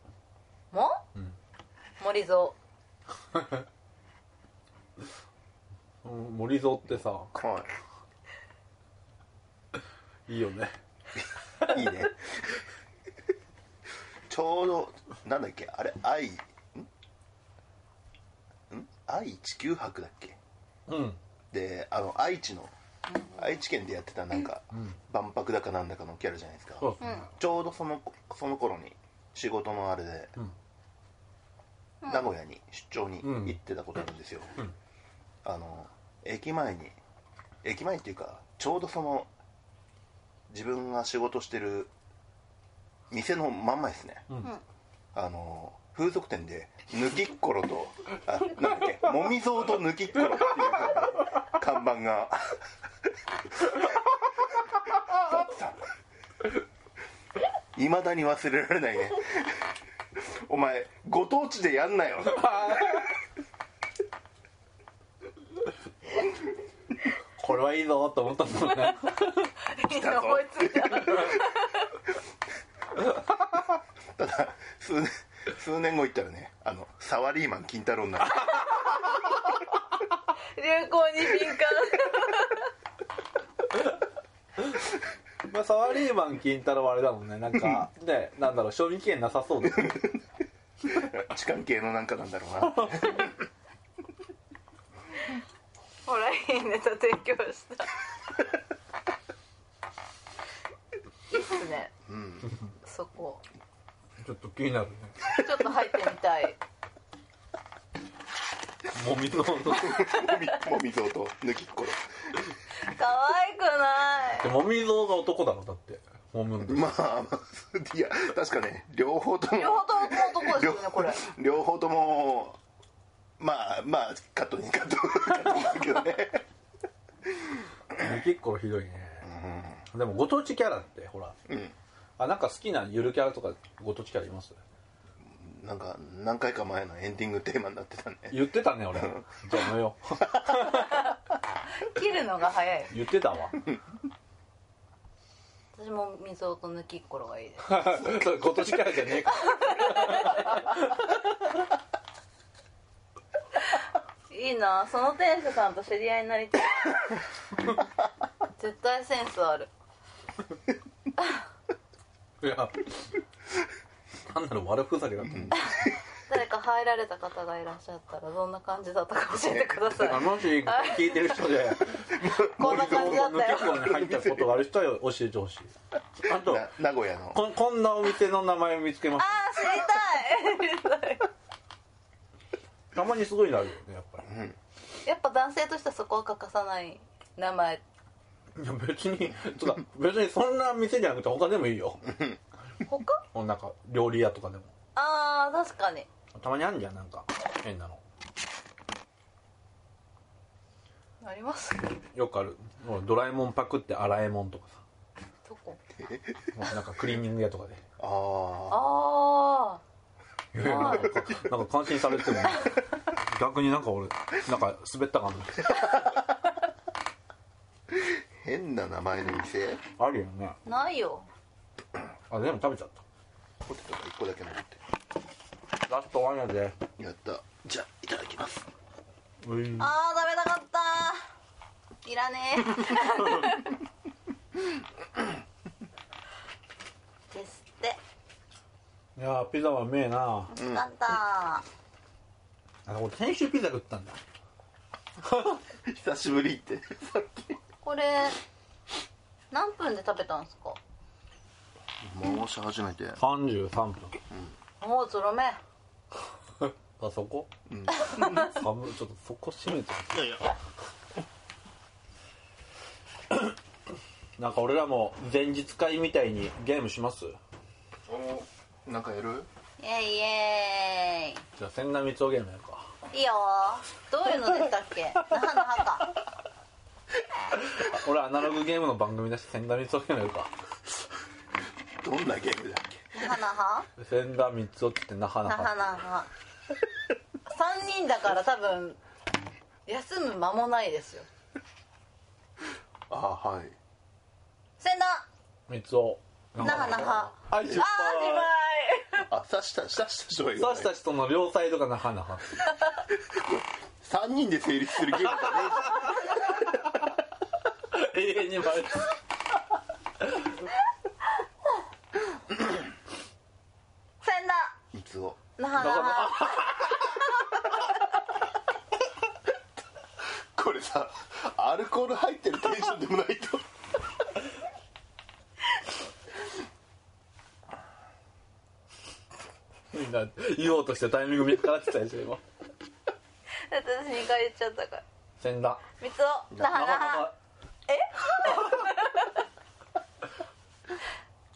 Speaker 2: も、
Speaker 1: うん
Speaker 2: 森蔵
Speaker 1: う、うん、森蔵ってさ
Speaker 3: はい
Speaker 1: いいよね
Speaker 3: いいね。 [LAUGHS] ちょうど、なんだっけ、あれ、愛、んん愛地球博だっけ
Speaker 1: うん
Speaker 3: で、あの、愛知の、愛知県でやってたなんか、万博だかなんだかのキャラじゃないです
Speaker 1: そう
Speaker 3: か。
Speaker 1: ですね、
Speaker 3: ちょうどその、その頃に、仕事のあれで、
Speaker 1: うん
Speaker 3: 名古屋に出張に
Speaker 1: うん
Speaker 3: 行ってたことなんですよ。
Speaker 1: うん
Speaker 3: あの、駅前に、駅前っていうかちょうどその自分が仕事してる店の真ん前ですね、
Speaker 1: ん
Speaker 3: あの風俗店で抜きっころとあなんだっけもみぞうと抜きっころっていう看板がいまだに忘れられないねお前ご当地でやんなよ
Speaker 1: [LAUGHS] これはいいぞと思ったもんね
Speaker 2: いいの思いついた
Speaker 3: ただ数年数年後行ったらねあのサワリーマン金太郎になる
Speaker 2: 流行に敏感
Speaker 1: [LAUGHS] まあサワリーマン金太郎はあれだもんねなんかねなんだろう賞味期限なさそうだよね
Speaker 3: 痴漢系のなんかなんだろうな
Speaker 2: ほらいいネタ提供したいいっすね、そこ
Speaker 1: ちょっと気になるね
Speaker 2: ちょっと入ってみたい
Speaker 1: もみの
Speaker 3: もみもみぞうと抜きっこ
Speaker 2: 可愛くない
Speaker 1: もみぞうが男だろだってもむんで
Speaker 3: ろまあまあいや確かね両方とも
Speaker 2: 両方とも男ですよねこれ
Speaker 3: 両方ともまあまあカットにカットカットになるけどね
Speaker 1: 結構ひどいね、でもご当地キャラってほら、あなんか好きなゆるキャラとかご当地キャラいます
Speaker 3: なんか何回か前のエンディングテーマになってたね
Speaker 1: 言ってたね俺じゃあ飲めよう
Speaker 2: 切るのが早い
Speaker 1: 言ってた [LAUGHS] わ
Speaker 2: 私も水音抜きっころがいいです
Speaker 1: それご当地キャラじゃねえか
Speaker 2: いいなその店主さんと知り合いになりたい絶対センスある
Speaker 1: いや単なる悪ふざけだと思う
Speaker 2: 誰か入られた方がいらっしゃったらどんな感じだったか教えてください
Speaker 1: [LAUGHS] あもし聞いてる人で
Speaker 2: こんな感じだったよ
Speaker 1: 結構に入ったことがある人は教えてほしいあと
Speaker 3: な名古屋の
Speaker 1: こんこんなお店の名前を見つけまし
Speaker 2: あー知りたい [LAUGHS]
Speaker 1: たたまにすごいなるよねやっぱ
Speaker 2: やっぱ男性としてはそこは欠かさない名前
Speaker 1: りいや別につうか別にそんな店じゃなくて他でもいいよ
Speaker 2: 他
Speaker 1: こんなんか料理屋とかでも
Speaker 2: あー確かに
Speaker 1: たまにあんじゃんなんか変なの
Speaker 2: あります
Speaker 1: よくあるもうドラえもんパクって洗えもんとかさ
Speaker 2: どこ
Speaker 1: もうなんかクリーニング屋とかで
Speaker 3: あ
Speaker 2: あ
Speaker 1: いやいやなんかなんか感心されても逆になんか俺なんか滑った感じ
Speaker 3: あ変な名前の店
Speaker 1: あるよね
Speaker 2: あないよ
Speaker 1: あでも食べちゃっ
Speaker 3: ポテトが1個だけ残って
Speaker 1: たラストワンやで
Speaker 3: るやったじゃあいただきます
Speaker 1: うい
Speaker 2: あー食べたかったいらねえですって
Speaker 1: いやーピザはうめえな
Speaker 2: 美味しかった、
Speaker 1: あ俺先週ピザ食ったんだ
Speaker 3: 久しぶりってさっき
Speaker 2: これ何分で食べたんですか
Speaker 3: 回し始めて
Speaker 1: 33分
Speaker 2: もうゾロ目
Speaker 1: あそこ、
Speaker 3: ん
Speaker 1: 寒いちょっとそこ閉めて
Speaker 3: いやいや
Speaker 1: なんか俺らも前日会みたいにゲームします
Speaker 3: おなんかやる
Speaker 2: イエイイエ
Speaker 1: じゃあ千奈光雄ゲームやるか
Speaker 2: イいいよどういうのでしたっけ那覇那覇か
Speaker 1: あ俺アナログゲームの番組だし千奈光雄ゲームやるか
Speaker 3: どんなゲームだっけ
Speaker 2: 那覇那覇
Speaker 1: 千田光雄ってなはな
Speaker 2: 那
Speaker 1: は
Speaker 2: 覇那覇3人だから多分休む間もないですよ
Speaker 3: あはい
Speaker 2: せんだ
Speaker 1: 光雄
Speaker 2: 那覇那覇
Speaker 1: はい失
Speaker 2: あ
Speaker 1: 敗
Speaker 2: ー
Speaker 3: あ刺した刺した人がいる
Speaker 1: 刺した人の両サイドがなはなは
Speaker 3: 3人で成立するゲームじゃね
Speaker 1: 永遠にバレてる
Speaker 2: 失敗せんだ
Speaker 3: えいつを
Speaker 2: 那覇那覇
Speaker 3: これさアルコール入ってるテンションでもないと
Speaker 1: みんな言おうとしてタイミング見計らってたでしょ今
Speaker 2: 私2回言っちゃったから
Speaker 1: 千田
Speaker 2: 三つお那覇那覇
Speaker 1: な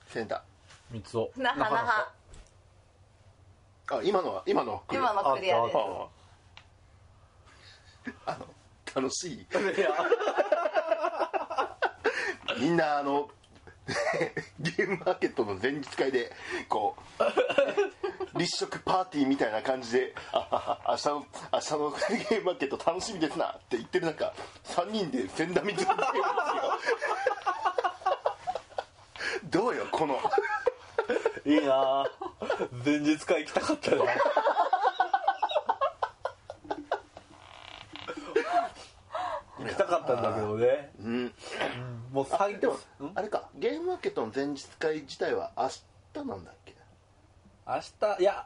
Speaker 3: センタ
Speaker 1: 三つを
Speaker 2: なはなは
Speaker 3: ーあ今のは今のは来る
Speaker 2: 今のクリア
Speaker 1: あ
Speaker 2: で
Speaker 1: っ
Speaker 2: す
Speaker 1: た
Speaker 3: あああの楽しい
Speaker 1: いや
Speaker 3: みんなあの [LAUGHS] ゲームマーケットの前日会でこう立食パーティーみたいな感じで「あああ明日の明日のゲームマーケット楽しみですな」って言ってる中3人で千駄見つけてるんですよどうよこの
Speaker 1: いいなぁ前日会行きたかったな行きたかったんだけどね
Speaker 3: うん
Speaker 1: もう最
Speaker 3: でも
Speaker 1: ん
Speaker 3: あれかゲームマーケットの前日会自体は明日なんだっけ
Speaker 1: 明日いや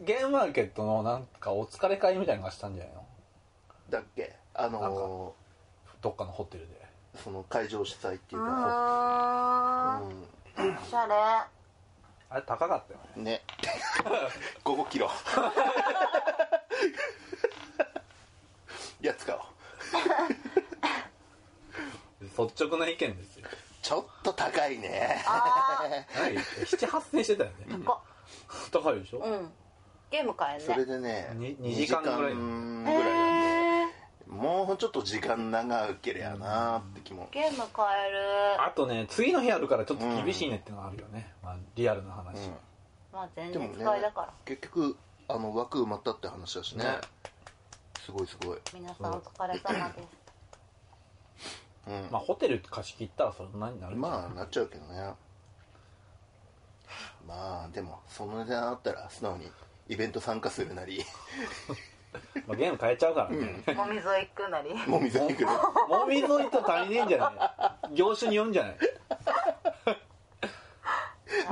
Speaker 1: ゲームマーケットのなんかお疲れ会みたいなのがしたんじゃないの
Speaker 3: だっけあ
Speaker 1: なん
Speaker 3: の
Speaker 1: どっかのホテルで
Speaker 3: ーその会場主催っていう
Speaker 2: う
Speaker 3: か、
Speaker 2: ーん
Speaker 3: う
Speaker 2: おしゃれ
Speaker 1: あれ高かったよね
Speaker 3: ん、 [LAUGHS] ね5キロやつか
Speaker 1: 率直な意見ですよ
Speaker 3: ちょっと高いね
Speaker 1: 78000してたよね
Speaker 2: 高
Speaker 1: 高いでし
Speaker 2: う
Speaker 1: ょ、
Speaker 2: んゲーム買え
Speaker 3: それ
Speaker 2: るね
Speaker 3: でね
Speaker 1: に二時間ぐらい
Speaker 3: 二時間
Speaker 2: え
Speaker 3: ぐらいなんで
Speaker 2: ー
Speaker 3: もうちょっと時間長けりゃなーって気も
Speaker 2: ゲーム買える
Speaker 1: あとね次の日あるからちょっと厳しいねってのがあるよね、まあ、リアルな話、
Speaker 3: うん
Speaker 2: まあ全
Speaker 3: でも
Speaker 2: 然
Speaker 3: ね
Speaker 2: 使いだから
Speaker 3: 結局あの枠埋まったって話だしね
Speaker 1: ね
Speaker 3: すごいすごい、
Speaker 2: 皆さんお疲れ様です
Speaker 3: うん、
Speaker 1: ま
Speaker 3: ま
Speaker 1: あホテル貸し切ったらそんなにな
Speaker 3: あ、
Speaker 1: るんじゃない
Speaker 3: なっちゃうけどねまあでもその値段あったら素直にイベント参加するなり
Speaker 1: まあ、ゲーム変えちゃうからね、
Speaker 2: お水を行くなり
Speaker 3: もみざに来る
Speaker 1: もみぞいと足りねえんじゃない業種によんじゃない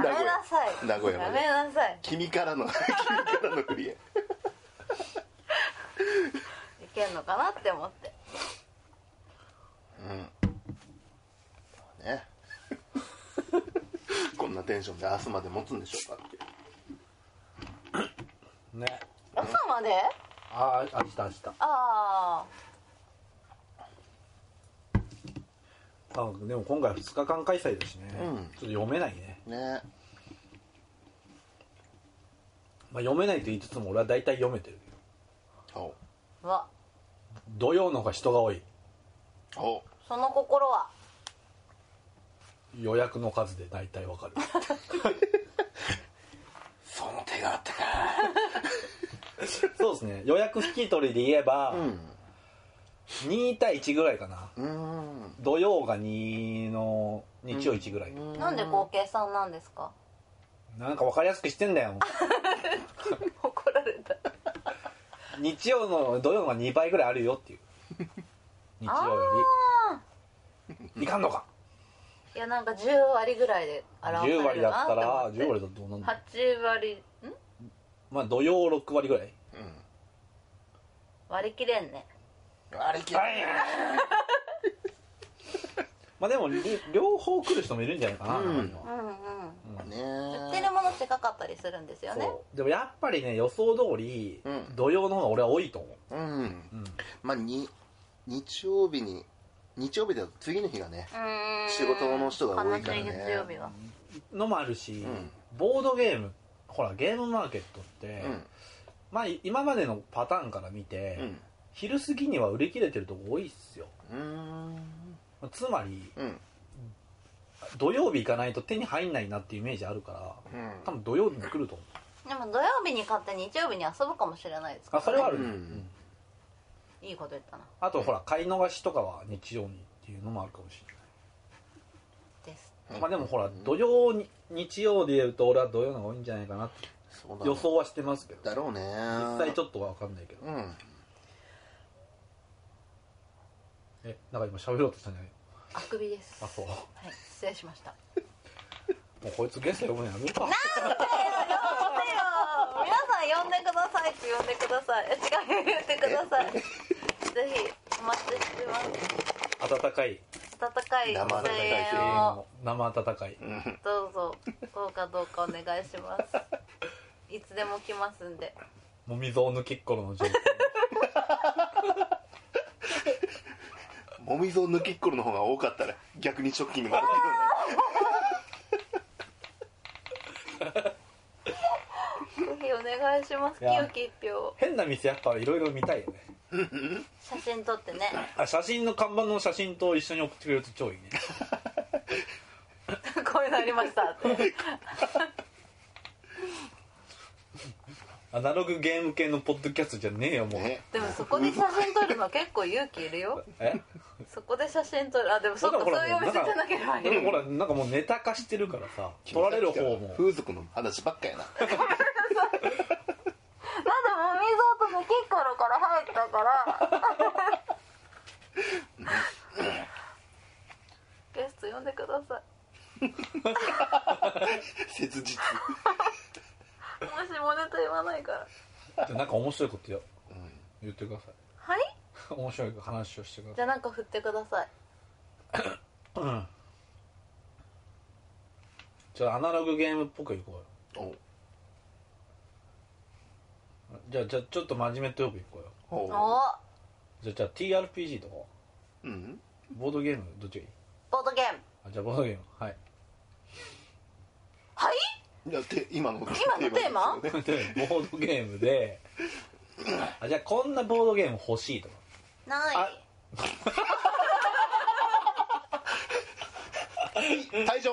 Speaker 2: やめなさい
Speaker 3: 名古屋名古屋ま
Speaker 2: や
Speaker 3: で
Speaker 2: めなさい
Speaker 3: 君からの君からの振り
Speaker 2: いけんのかなって思って
Speaker 3: うんねこんなテンションで明日まで持つんでしょうかって
Speaker 1: ね
Speaker 2: 朝まで
Speaker 1: ああ明日明日
Speaker 2: あ
Speaker 1: あでも今回2日間開催だしね、
Speaker 3: うん
Speaker 1: ちょっと読めないね、
Speaker 3: ね
Speaker 1: まあ、読めないと言いつつも俺は大体読めてるけど
Speaker 3: お
Speaker 2: あうわ
Speaker 1: 土曜の方が人が多い
Speaker 3: お
Speaker 2: その心は
Speaker 1: 予約の数で大体わか
Speaker 3: [LAUGHS]
Speaker 1: る
Speaker 3: その手があったか
Speaker 1: そうですね予約引き取りで言えば、2対1ぐらいかな
Speaker 3: うんう
Speaker 1: 土曜が2の日曜1ぐらい、
Speaker 3: ん
Speaker 2: なんで合計3なんですか
Speaker 1: なんかわかりやすくしてんだよ
Speaker 2: 怒られた
Speaker 1: 日曜の土曜が2倍ぐらいあるよ
Speaker 3: [LAUGHS]
Speaker 1: っていう日曜よ
Speaker 2: あ
Speaker 1: りいかんのか
Speaker 2: ーいやなんか10割ぐらいで表
Speaker 1: 10
Speaker 2: され
Speaker 1: 割
Speaker 2: る
Speaker 1: だっ
Speaker 2: なったて
Speaker 1: ら
Speaker 2: 思
Speaker 1: 10
Speaker 2: っ
Speaker 1: 割
Speaker 2: て
Speaker 1: だとどうなんだ
Speaker 2: 8割ん
Speaker 1: まあ土曜6割ぐらい
Speaker 2: 割り切れんね
Speaker 3: 割り切 [LAUGHS]
Speaker 1: まあでもり両方来る人もいるんじゃないかな、
Speaker 3: うん
Speaker 1: 中には
Speaker 2: うんうん
Speaker 3: ね
Speaker 2: 売ってるもの違かったりするんですよね
Speaker 1: そうでもやっぱりね予想通り、
Speaker 3: うん
Speaker 1: 土曜の方が俺は多いと思
Speaker 3: う
Speaker 1: う、
Speaker 3: ん
Speaker 1: うん、
Speaker 3: まあに日曜日に日曜日だと次の日がね
Speaker 2: うーん
Speaker 3: 仕事の人が多いからね
Speaker 2: 悲し月曜日は
Speaker 1: のもあるし、
Speaker 3: ん
Speaker 1: ボードゲームほらゲームマーケットって、
Speaker 3: うん
Speaker 1: まあい今までのパターンから見て、
Speaker 3: うん
Speaker 1: 昼過ぎには売り切れてるとこ多いっすよ
Speaker 3: うん
Speaker 1: つまり
Speaker 3: うん
Speaker 1: 土曜日行かないと手に入んないなっていうイメージあるから
Speaker 3: うん
Speaker 1: 多分土曜日に来ると思う
Speaker 2: でも土曜日に買って日曜日に遊ぶかもしれないですから
Speaker 1: あそれはある、
Speaker 3: うん
Speaker 1: うん
Speaker 2: いいこと言ったな
Speaker 1: あとほら買い逃しとかは日曜にっていうのもあるかもしれない
Speaker 2: です
Speaker 1: まあでもほら土曜に日曜で言うと俺は土曜の方が多いんじゃないかなって
Speaker 3: そうだ
Speaker 1: 予想はしてますけど
Speaker 3: だろうね
Speaker 1: 実際ち
Speaker 3: ょっ
Speaker 1: ょっとは分かんないけど
Speaker 3: とうん
Speaker 1: えなんか今喋ろうとしたんじゃない
Speaker 2: あくびです
Speaker 1: あそうも
Speaker 2: はい失礼しました
Speaker 1: うこいつゲスト呼ぶのやめようか
Speaker 2: 呼んでよ皆さん呼んでくださいって呼んでくださいえ違う言ってくださいぜひお待ちしてます
Speaker 1: 温かい
Speaker 2: 温かい
Speaker 3: 生温かい
Speaker 2: 声
Speaker 1: 声援
Speaker 2: 援を
Speaker 1: の生温かい
Speaker 2: どうぞどうかどうかお願いしますいつでも来ますんで
Speaker 1: もみぞお抜きっころの
Speaker 2: [LAUGHS]
Speaker 1: 状況
Speaker 3: もみぞ抜きっころの方が多かったら逆にショッキングになるけどね
Speaker 2: お願いします
Speaker 1: いや
Speaker 2: 清き一票
Speaker 1: 変な店やっぱいろいろ見たいよね
Speaker 2: 写真撮ってね
Speaker 1: あ写真の看板の写真と一緒に送ってくれると超いいね
Speaker 2: こういうのありましたって
Speaker 1: アナログゲーム系のポッドキャストじゃねえよもう、
Speaker 3: ね
Speaker 2: でもそこで写真撮るの結構勇気いるよ
Speaker 1: え
Speaker 2: そこで写真撮るあでもそっか
Speaker 1: だ
Speaker 2: そ
Speaker 1: か
Speaker 2: う
Speaker 1: ら
Speaker 2: いうお店じゃなければいい
Speaker 1: でもほらなんかもうネタ化してるからさ取られる方も
Speaker 3: 風俗の話ばっ [LAUGHS] かやな
Speaker 2: まだもみぞうとのキッコロから入ったから。ゲスト呼んでください。も
Speaker 3: 切実
Speaker 2: しもネタ言わないから。
Speaker 1: なんか面白いことよ言ってください
Speaker 2: はい。
Speaker 1: 面白い話をしてくだ
Speaker 2: じ
Speaker 1: さい
Speaker 2: ゃあなんか振ってください。
Speaker 1: うんじゃあアナログゲームっぽくいこ
Speaker 3: お
Speaker 1: うよじゃあじゃあちょっと真面目とよくいこうよ
Speaker 2: お
Speaker 3: お
Speaker 2: ー
Speaker 1: じゃあじゃあ TRPG とか
Speaker 3: うん
Speaker 1: ボードゲームどっちがいい
Speaker 2: ボードゲーム。
Speaker 1: あじゃあボードゲーム [LAUGHS] はい
Speaker 2: はい。
Speaker 3: いやて今の
Speaker 2: 今のテー
Speaker 3: [LAUGHS]
Speaker 2: マ
Speaker 3: ですよね
Speaker 1: でボードゲーム [LAUGHS] であじゃあこんなボードゲーム欲しいとか
Speaker 2: ない。
Speaker 3: 退
Speaker 2: [LAUGHS]
Speaker 3: 場
Speaker 2: 一人で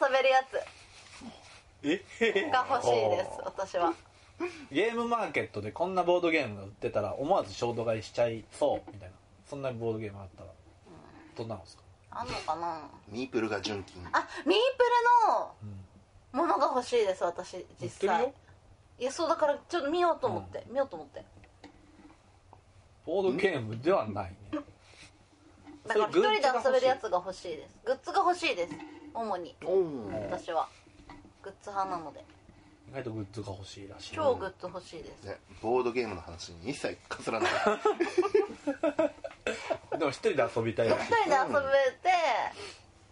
Speaker 2: 遊べるやつ
Speaker 1: え
Speaker 2: が欲しいです。私は。
Speaker 1: ゲームマーケットでこんなボードゲームが売ってたら思わず衝動買いしちゃいそうみたいなそんなボードゲームあったらどんなのですか
Speaker 2: あんのかな。
Speaker 3: ミープルが純金
Speaker 2: あ、ミープルの。ものが欲しいです私
Speaker 1: 売っ
Speaker 2: 実
Speaker 1: てる
Speaker 2: 際
Speaker 1: よ
Speaker 2: いやそうだからちょっと見ようと思って、見ようと思って
Speaker 1: ボードゲームではないね
Speaker 2: だから一人で遊べるやつが欲しいですグッズが欲しいです主に
Speaker 3: おお
Speaker 2: 私はグッズ派なので
Speaker 1: 意外とグッズが欲しいらしい
Speaker 2: 超グッズ欲しいです、
Speaker 3: ね、ボードゲームの話に一切かす [LAUGHS] らない
Speaker 1: でも一人で遊びたいらしい
Speaker 2: 一人で遊べて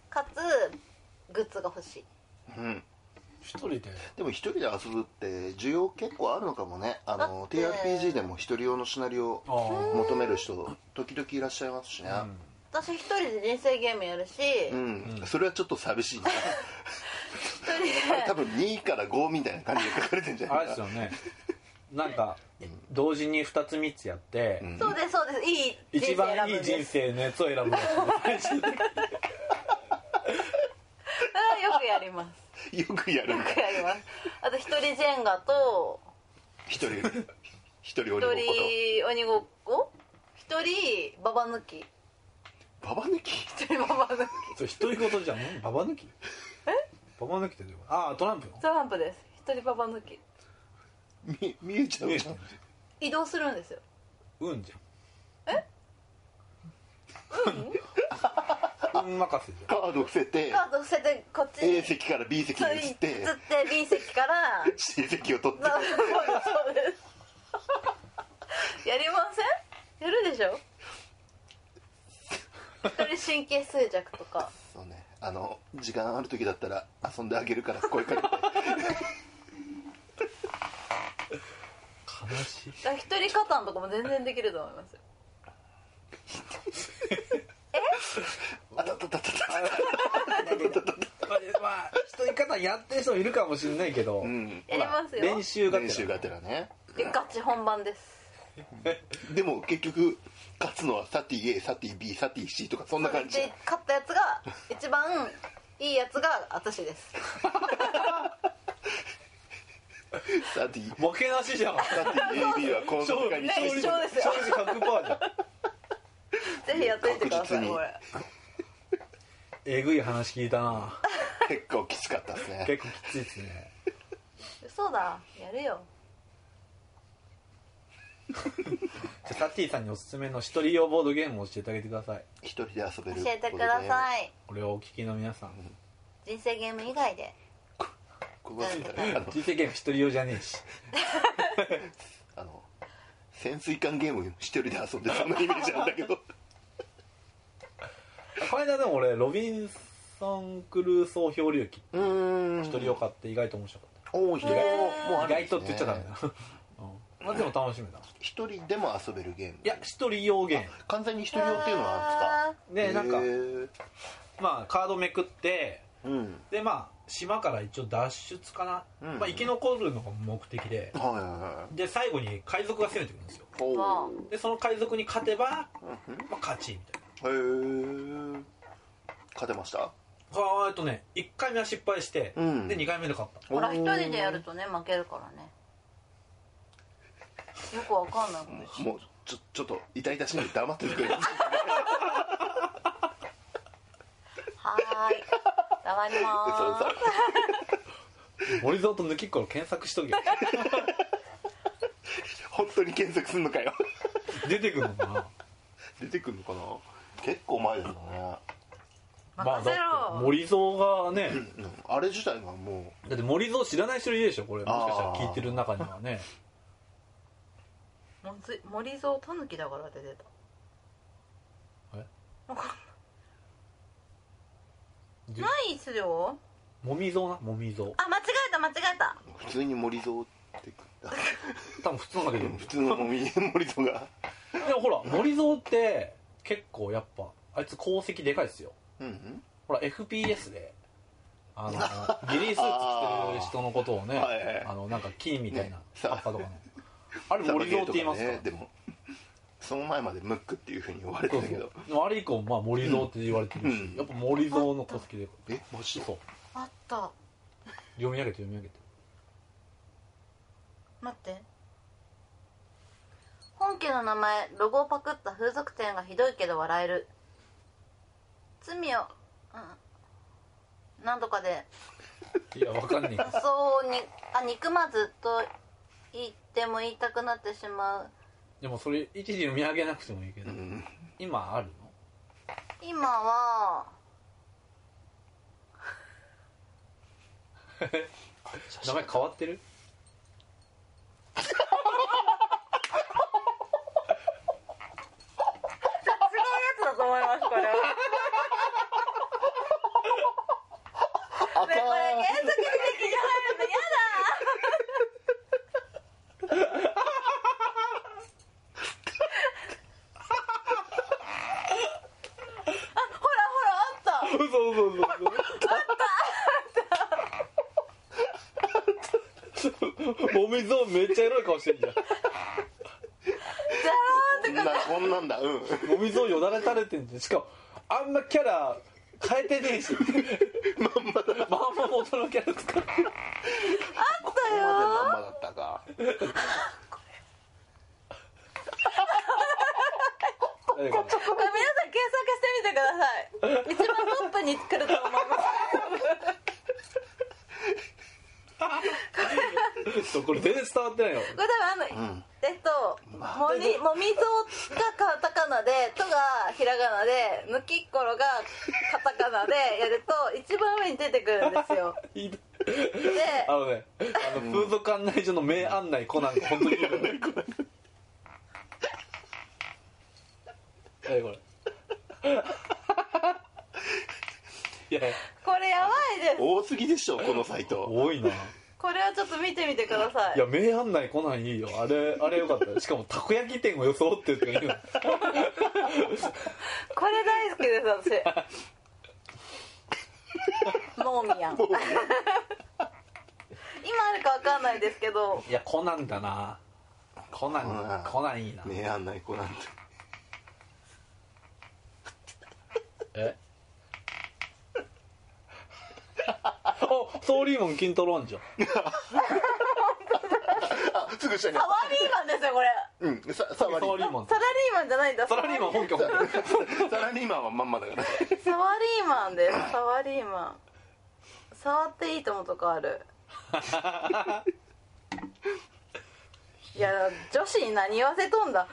Speaker 2: かつグッズが欲しい
Speaker 3: うん
Speaker 1: 一人で
Speaker 3: でも一人で遊ぶって需要結構あるのかもねあの
Speaker 2: だって
Speaker 3: TRPG でも一人用のシナリオ
Speaker 1: ああ
Speaker 3: 求める人時々いらっしゃいますしね
Speaker 2: 私一人で人生ゲームやるし、
Speaker 3: うん、それはちょっと寂しいな
Speaker 2: 一人で
Speaker 3: [LAUGHS] 多分2から5みたいな感じで書かれてんじゃ
Speaker 1: あ
Speaker 3: な
Speaker 1: れ
Speaker 3: い
Speaker 1: です
Speaker 3: か
Speaker 1: よねなんか同時に2つ3つやって、
Speaker 3: ん
Speaker 2: そうですそうですいい人
Speaker 1: 一
Speaker 2: 生選
Speaker 1: 番
Speaker 2: ぶ
Speaker 1: い
Speaker 2: ん
Speaker 1: い
Speaker 2: です
Speaker 1: 人生のやつを選ぶらしいです
Speaker 2: うんよくやります
Speaker 3: よくやる
Speaker 2: よくやりますあと一人ジェンガと
Speaker 3: 一人一人
Speaker 2: 一
Speaker 3: 鬼ごっこ
Speaker 2: 人鬼ごっこ一人ババ抜き
Speaker 3: とババ抜き
Speaker 2: 一人ババ抜き
Speaker 1: それ独り言じゃんババ抜きババ抜きってどういうことああトランプの
Speaker 2: トランプです一人ババ抜き
Speaker 3: 見見えちゃうじゃん
Speaker 2: 移動するんですよ
Speaker 1: 運じゃんえ運運任せじゃん
Speaker 3: カード伏せて
Speaker 2: カード伏せてこっち
Speaker 3: A
Speaker 2: に
Speaker 3: 席から B 席に移っ
Speaker 2: 移っ
Speaker 3: て
Speaker 2: て B 席から [LAUGHS]
Speaker 3: C 席を取って
Speaker 2: そうそうですやりませんやるでしょ一人神経衰弱とか
Speaker 3: そうねあの時間ある時だったら遊 [LAUGHS] んであげるから声かけて
Speaker 1: 悲しい
Speaker 2: だから一人カタンとかも全然できると思いますよ
Speaker 3: あたたたたた
Speaker 1: まあ人に方やってる人いるかもしれないけど、
Speaker 3: うん
Speaker 2: やりますよ
Speaker 1: 練習がてら
Speaker 3: 練習がてらね
Speaker 2: でガチ本番です
Speaker 3: でも結局勝つのはサティ A サティ B サティ C とかそんな感じ
Speaker 2: で勝ったやつが一番いいやつが私
Speaker 3: [LAUGHS]
Speaker 2: です
Speaker 3: サティ
Speaker 1: ボケなしじゃ
Speaker 3: [LAUGHS]
Speaker 1: ん
Speaker 3: サティ AB はこの
Speaker 1: 勝
Speaker 3: 中
Speaker 1: 利
Speaker 3: に
Speaker 2: ね一緒ですよ
Speaker 1: 勝利100%じゃん
Speaker 2: ぜひやってみてくだ
Speaker 3: 確実
Speaker 2: さい
Speaker 3: に
Speaker 2: これ
Speaker 1: えぐい話聞いたな
Speaker 3: 結構きつかったですね
Speaker 1: 結構きついですね
Speaker 2: 嘘だやるよ
Speaker 1: じゃあタッティさんにおすすめの一人用ボードゲームを教えてあげてください
Speaker 3: 一人で遊べる
Speaker 2: 教えてくださ
Speaker 3: い
Speaker 2: い
Speaker 1: これをお聞きの皆さん
Speaker 2: 人生ゲーム以外で
Speaker 3: ここはあの
Speaker 1: 人生ゲーム一人用じゃねえし
Speaker 3: あの潜水艦ゲーム一人で遊んでそんなイメージなんだけ
Speaker 1: こ
Speaker 3: ど
Speaker 1: の間でも俺ロビンソン・クルーソー漂流記
Speaker 3: うーん
Speaker 1: 一人用買って意外と面白かっ
Speaker 3: おお意外
Speaker 2: へー
Speaker 3: もう
Speaker 1: た
Speaker 3: あ
Speaker 1: 意
Speaker 3: るん
Speaker 1: 外とって言
Speaker 3: ですね
Speaker 1: っちゃダメだな、うんまあ、でも楽しめた
Speaker 3: 一人でも遊べるゲーム
Speaker 1: いや一人用ゲーム
Speaker 3: 完全に一人用っていうのはあるんですか
Speaker 1: でなんか
Speaker 3: へー
Speaker 1: まあカードめくって
Speaker 3: うん
Speaker 1: でまあ島から一応脱出かな、
Speaker 3: うん
Speaker 1: まあ、生き残るのが目的で
Speaker 3: はいはいは
Speaker 1: で最後に海賊が攻めてくるんですよ
Speaker 3: いほう
Speaker 2: わ
Speaker 1: でその海賊に勝てば、
Speaker 3: うん
Speaker 1: まあ、勝ちみたいな
Speaker 3: うんへえ勝てました
Speaker 1: はーっとね1回目は失敗して、
Speaker 3: うん
Speaker 1: で2回目で勝った
Speaker 2: ほら一人でやるとね負けるからねよくわかんないことし
Speaker 3: もうちょちょっと痛々しいので黙っててくれ
Speaker 2: はーい頑張りまーす
Speaker 1: 森蔵と抜きっころ検索しとけよ
Speaker 3: 本当に検索すんのかよ
Speaker 1: [LAUGHS] 出てくるのかな
Speaker 3: 出てくるのかな結構前だな、
Speaker 1: だっ
Speaker 2: 任せ
Speaker 1: て
Speaker 2: ろ
Speaker 1: 森蔵がね、
Speaker 3: うんあれ自体がも
Speaker 1: だって森蔵知らない人いるでしょこれもしかしたら
Speaker 3: あー
Speaker 1: 聞いてる中にはね
Speaker 2: もつ森蔵たぬきだから出てた
Speaker 1: え
Speaker 2: わかんないないっすよ
Speaker 1: もみ蔵なもみ蔵
Speaker 2: あ間違えた間違えた
Speaker 3: う普通に森蔵って
Speaker 1: 多分普通なんだけど
Speaker 3: 普通の森森蔵が
Speaker 1: でもほら森蔵って結構やっぱあいつ功績でかいですよ
Speaker 3: うんうん
Speaker 1: ほら FPS であ
Speaker 3: [LAUGHS]
Speaker 1: のギリースーツ着てる人のことをね
Speaker 3: はいはい
Speaker 1: あのなんか金みたいな
Speaker 3: [LAUGHS] ね
Speaker 1: 葉っぱとかのあれ
Speaker 3: サバ
Speaker 1: 森
Speaker 3: ゲ
Speaker 1: 蔵
Speaker 3: ー
Speaker 1: って
Speaker 3: と
Speaker 1: 言い
Speaker 3: か
Speaker 1: ますから
Speaker 3: ねでもその前までムックっていうふうに呼ばれて
Speaker 1: そう
Speaker 3: た
Speaker 1: そう
Speaker 3: けど
Speaker 1: でもあれ以降、まあ、森蔵って言われてるし、
Speaker 3: うん
Speaker 1: やっぱ森蔵の功績で
Speaker 3: [LAUGHS] えマジで
Speaker 1: そう
Speaker 2: あった
Speaker 1: 読み上げて読み上げて
Speaker 2: 待って本家の名前ロゴをパクった風俗店がひどいけど笑える罪を、うん、何とかで
Speaker 1: い [LAUGHS] やわかんねえ
Speaker 2: 仮想にあ憎まずと言っても言いたくなってしまう
Speaker 1: でもそれ一時読み上げなくてもいいけ
Speaker 3: う
Speaker 1: ど、
Speaker 3: ん
Speaker 1: 今ある
Speaker 2: 今は
Speaker 1: の名前変わってる
Speaker 2: 違うやつだと思いますこれは
Speaker 3: 赤
Speaker 2: これ原作に劇場入るのやだあ
Speaker 1: そ
Speaker 2: ほらほらあった
Speaker 1: うそうそうそうもみ蔵めっちゃエロい顔してんじゃん
Speaker 2: じゃ
Speaker 3: こんなこんなんだうん
Speaker 1: もみ蔵よだれ垂れてんじゃんしかもあんまキャラ変えてねえしまんま元のキャラ使 [LAUGHS] ってる
Speaker 2: ーんあった
Speaker 3: 今
Speaker 2: よ
Speaker 3: までまんまだったか
Speaker 1: 誰か
Speaker 2: これ皆さん検索してみてください一番トップに来ると思います
Speaker 1: なそうこれ全然伝わってないよ
Speaker 2: これ多分あの、
Speaker 3: うん
Speaker 2: えっと「もみもみぞ」がカタカナで「と」がひらがなで「ぬきっころ」がカタカナでやると一番上に出てくるんです
Speaker 1: [LAUGHS]
Speaker 2: よ
Speaker 1: いいね
Speaker 2: で
Speaker 1: あのねあの風俗案内所の名案内コナンが本当にいいからね何これいや
Speaker 2: これやばいです
Speaker 3: 多すぎでしょこのサイト
Speaker 1: 多いな
Speaker 2: これはちょっと見てみてください
Speaker 1: いや名案内コナンいいよあれあれよかったしかもたこ焼き店を装ってるとか言うの
Speaker 2: これ大好きです私モーミヤン今あるかわかんないですけど
Speaker 1: いやコナンだなコナン、
Speaker 3: うん
Speaker 1: コナンいいな、
Speaker 3: ねえ案内こなんて
Speaker 1: え [LAUGHS] あソーリーモン金トロンジョ
Speaker 3: あすぐ下に
Speaker 2: サラリーマンですよこれ
Speaker 3: うんさサ
Speaker 1: ソ
Speaker 3: ワリ
Speaker 1: ーリ
Speaker 3: ー
Speaker 1: ーモン
Speaker 2: サラリーマンじゃないんだ
Speaker 1: サラリーマン本拠本拠
Speaker 3: サラリーマンはまんまだから
Speaker 2: サワリーマンですサワリーマン触っていいと思うとかあるいや女子に何言わせとんだ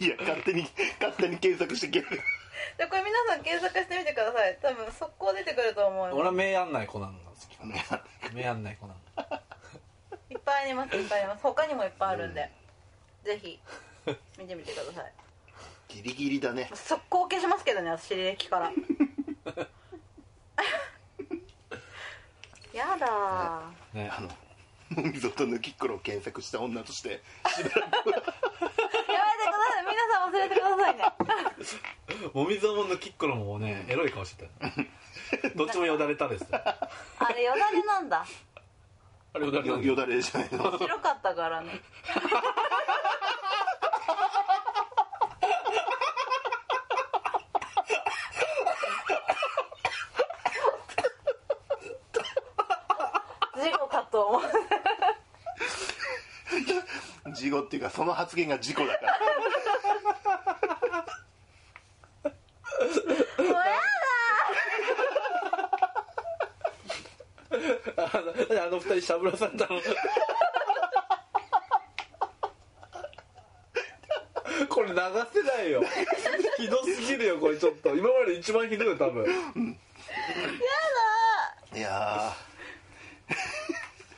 Speaker 3: いや勝手に勝手に検索してける
Speaker 2: でこれ皆さん検索してみてください多分速攻出てくると思う
Speaker 1: 俺は名案内コナンが好
Speaker 3: ねえ
Speaker 1: き名案内コナン
Speaker 2: いっぱいありますいっぱいあります他にもいっぱいあるんで、ぜひ見てみてください
Speaker 3: ギリギリだね
Speaker 2: 速攻消しますけどね私履歴からやだー
Speaker 1: ね
Speaker 3: あのもみぞと抜きっころを検索した女として
Speaker 2: やめてください皆さん忘れてくださいね
Speaker 1: [LAUGHS] もみぞものきっころもねエロい顔してたよどっちもよだれたですあ
Speaker 2: あれよだれなんだ
Speaker 1: れよだれ
Speaker 3: よよだれじゃないの
Speaker 2: 白かったからね事故かと思う
Speaker 3: 事故っていうかその発言が事故だから
Speaker 2: もうやだ
Speaker 1: あの二人しゃぶらされた [LAUGHS] のこれ流せないよひどすぎるよこれちょっと今まで一番ひどいよ多分 [LAUGHS]
Speaker 3: いや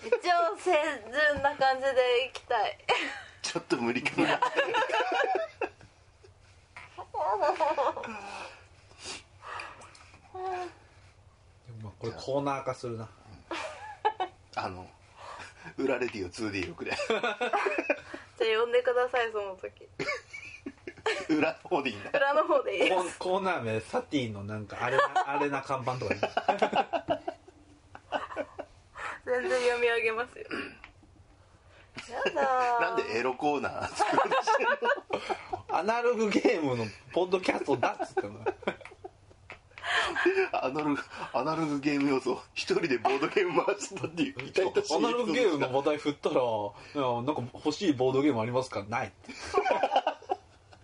Speaker 2: 一応清純な感じでいきたい
Speaker 3: ーちょっと無理かな
Speaker 1: これコーナー化するな
Speaker 3: あの裏レディオ 2D を [LAUGHS] くれ
Speaker 2: じゃあ呼んでくださいその時
Speaker 3: 裏の方でいいんだ
Speaker 2: 裏の方でいい
Speaker 1: コンコーナー名サティのなんかあれなあれな看板とかね
Speaker 2: 全然読み上げますよやだー
Speaker 3: なんでエロコーナー作る
Speaker 1: アナログゲームのポッドキャストだっつってんの
Speaker 3: アナログアナログゲーム要素を一人でボードゲーム回したっていう痛々しい
Speaker 1: アナログゲームのボタン振ったらうんなんか欲しいボードゲームありますかないって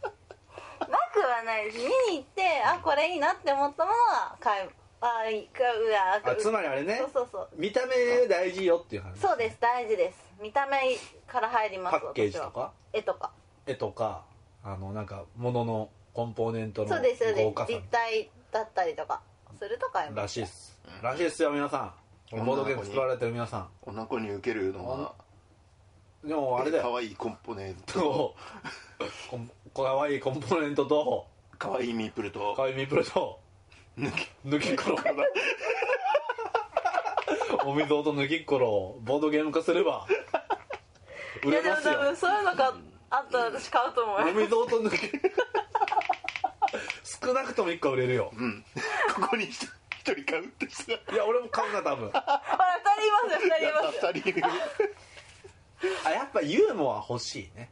Speaker 2: なくはないです見に行ってあこれいいなって思ったものは買うあいくうわ
Speaker 1: あつまりあれね
Speaker 2: そうそうそう
Speaker 1: 見た目大事よっていう話
Speaker 2: そうです大事です見た目から入ります
Speaker 1: パッケージと
Speaker 2: 私は
Speaker 1: か
Speaker 2: 絵とか
Speaker 1: 絵とかあのなんか物のコンポーネントの
Speaker 2: そうですそうで
Speaker 1: 豪華
Speaker 2: す
Speaker 1: さ
Speaker 2: 実体だったりとかすると買います
Speaker 1: らしいっすらしいっすよ皆さんボードゲーム作られてる皆さ
Speaker 3: おなこに受けるのは
Speaker 1: んでもあれだ
Speaker 3: 可
Speaker 1: よ
Speaker 3: 愛いコンポネント
Speaker 1: とこんかわいいコンポーネントと
Speaker 3: 可愛いミープルと
Speaker 1: かわいいミープルと
Speaker 3: 抜き
Speaker 1: 抜きっ [LAUGHS] ころお水と抜きっころをボードゲーム化すれば売
Speaker 2: い
Speaker 1: れ
Speaker 2: やでも
Speaker 1: ますよ
Speaker 2: 多分そういうのがあったら私買うと思い
Speaker 1: お
Speaker 2: ます
Speaker 1: 水と抜き少なくとも1個は売れるよ
Speaker 3: うん [LAUGHS] ここに一人買うってさ
Speaker 1: いや俺も買うな多分
Speaker 2: ほら2人いますよ2人いますよ
Speaker 3: 二人いる
Speaker 1: あやっぱユーモア欲しいね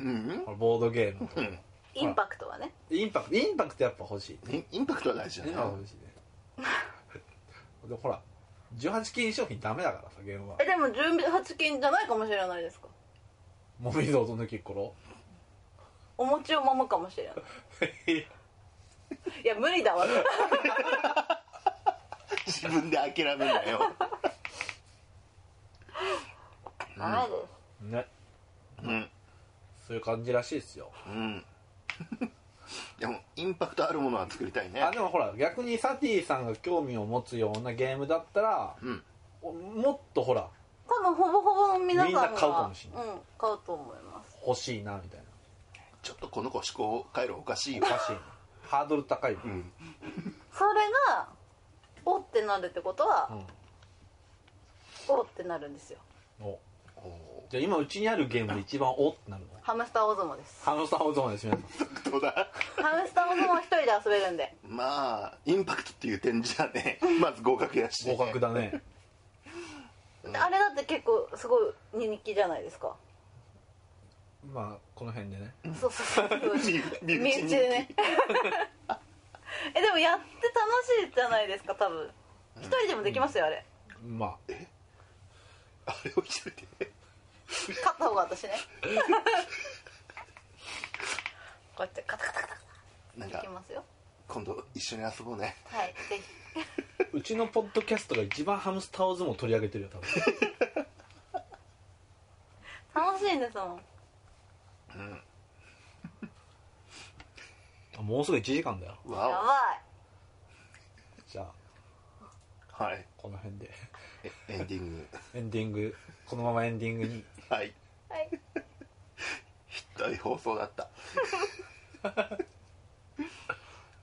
Speaker 3: うん
Speaker 1: このボードゲームと
Speaker 3: うん
Speaker 2: インパクトはね
Speaker 1: インパクトインパクトやっぱ欲しい
Speaker 3: インインパクトは大事だ
Speaker 1: イン
Speaker 3: ね
Speaker 1: パクト欲しいね [LAUGHS] でほら18禁商品ダメだからさゲームは
Speaker 2: えでも18禁じゃないかもしれないですか
Speaker 1: もみぞおと抜きっこ [LAUGHS] ろ
Speaker 2: お餅を揉むかもしれないいや無理だわ
Speaker 3: 自分で諦めなよ
Speaker 2: ダメです
Speaker 1: ね
Speaker 3: うん
Speaker 1: そういう感じらしいですよ
Speaker 3: うん [LAUGHS] でもインパクトあるものは作りたいね
Speaker 1: あでもほら逆にサティさんが興味を持つようなゲームだったら
Speaker 3: うん
Speaker 1: おもっとほら
Speaker 2: 多分ほぼほぼ皆さんが
Speaker 1: みんな買うかもしれない
Speaker 2: うん、買うと思います
Speaker 1: 欲しいなみたいな
Speaker 3: ちょっとこの子思考回路おかしいよ
Speaker 1: おかしいなハードル高いよ、
Speaker 3: うん
Speaker 2: それがおってなるってことは、おってなるんですよ
Speaker 1: うんお
Speaker 3: お
Speaker 1: じゃあ今うちにあるゲームで一番おってなるの
Speaker 2: ハムスター大相撲です
Speaker 1: ハムスターホゾーンです皆さん
Speaker 3: ーどうだ
Speaker 2: ハムスター大相撲は一人で遊べるんで
Speaker 3: まあインパクトっていう点じゃね [LAUGHS] まず合格 [LAUGHS] やし
Speaker 1: 合格だね
Speaker 2: あれだって結構すごい人気じゃないですか
Speaker 1: まあこの辺でね
Speaker 2: そうそう
Speaker 1: [LAUGHS]
Speaker 2: そうそう
Speaker 3: 身内
Speaker 2: 身内でね [LAUGHS] えでもやって楽しいじゃないですか多分一人でもできますよあれ
Speaker 1: まあ
Speaker 3: あれを一人で
Speaker 2: 勝った方
Speaker 1: [LAUGHS]
Speaker 2: が私ねこうやってカタカタカタカ
Speaker 3: なん
Speaker 2: タいき
Speaker 3: か
Speaker 2: ますよ
Speaker 3: 今度一緒に遊ぼうね
Speaker 2: はいぜひ
Speaker 1: うちのポッドキャストが一番ハムスターオズも取り上げてるよ多分
Speaker 2: 楽しいんですもん
Speaker 1: あもうすぐ1時間だよ
Speaker 2: や
Speaker 3: わ
Speaker 2: ば
Speaker 1: じゃあ
Speaker 3: おはい
Speaker 1: この辺で
Speaker 3: えエンディング
Speaker 1: エンディングこのままエンディングに
Speaker 3: はい
Speaker 2: いはい
Speaker 3: ひどい放送だった [LAUGHS]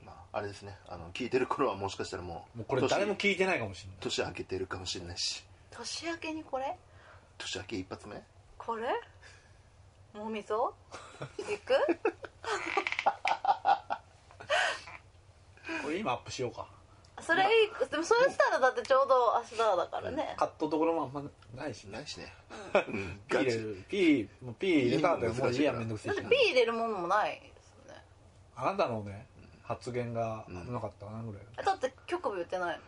Speaker 3: まああれですねあの聞いてる頃はもしかしたらもう
Speaker 1: もうこれ誰も
Speaker 3: 年
Speaker 1: 聞いてないかもしれない
Speaker 3: 年明けてるかもしれないし
Speaker 2: 年明けにこれ
Speaker 3: 年明け一発目
Speaker 2: これもみ [LAUGHS] ぞ行く
Speaker 1: これ今アップしようか
Speaker 2: それいいでもそれしたらだってちょうど足柄だからね
Speaker 1: カットところもあんまないしね
Speaker 3: な
Speaker 1: [LAUGHS]
Speaker 3: いしね
Speaker 1: ピー
Speaker 3: ガ
Speaker 1: 入れ
Speaker 3: チ
Speaker 1: るピーもうピー入れた後もういいやめんどくせ
Speaker 2: だ
Speaker 1: え
Speaker 2: って
Speaker 1: し
Speaker 2: ピー入れるものもないですね
Speaker 1: あなたのね発言が危なかったなぐらい
Speaker 2: えだって局部言ってない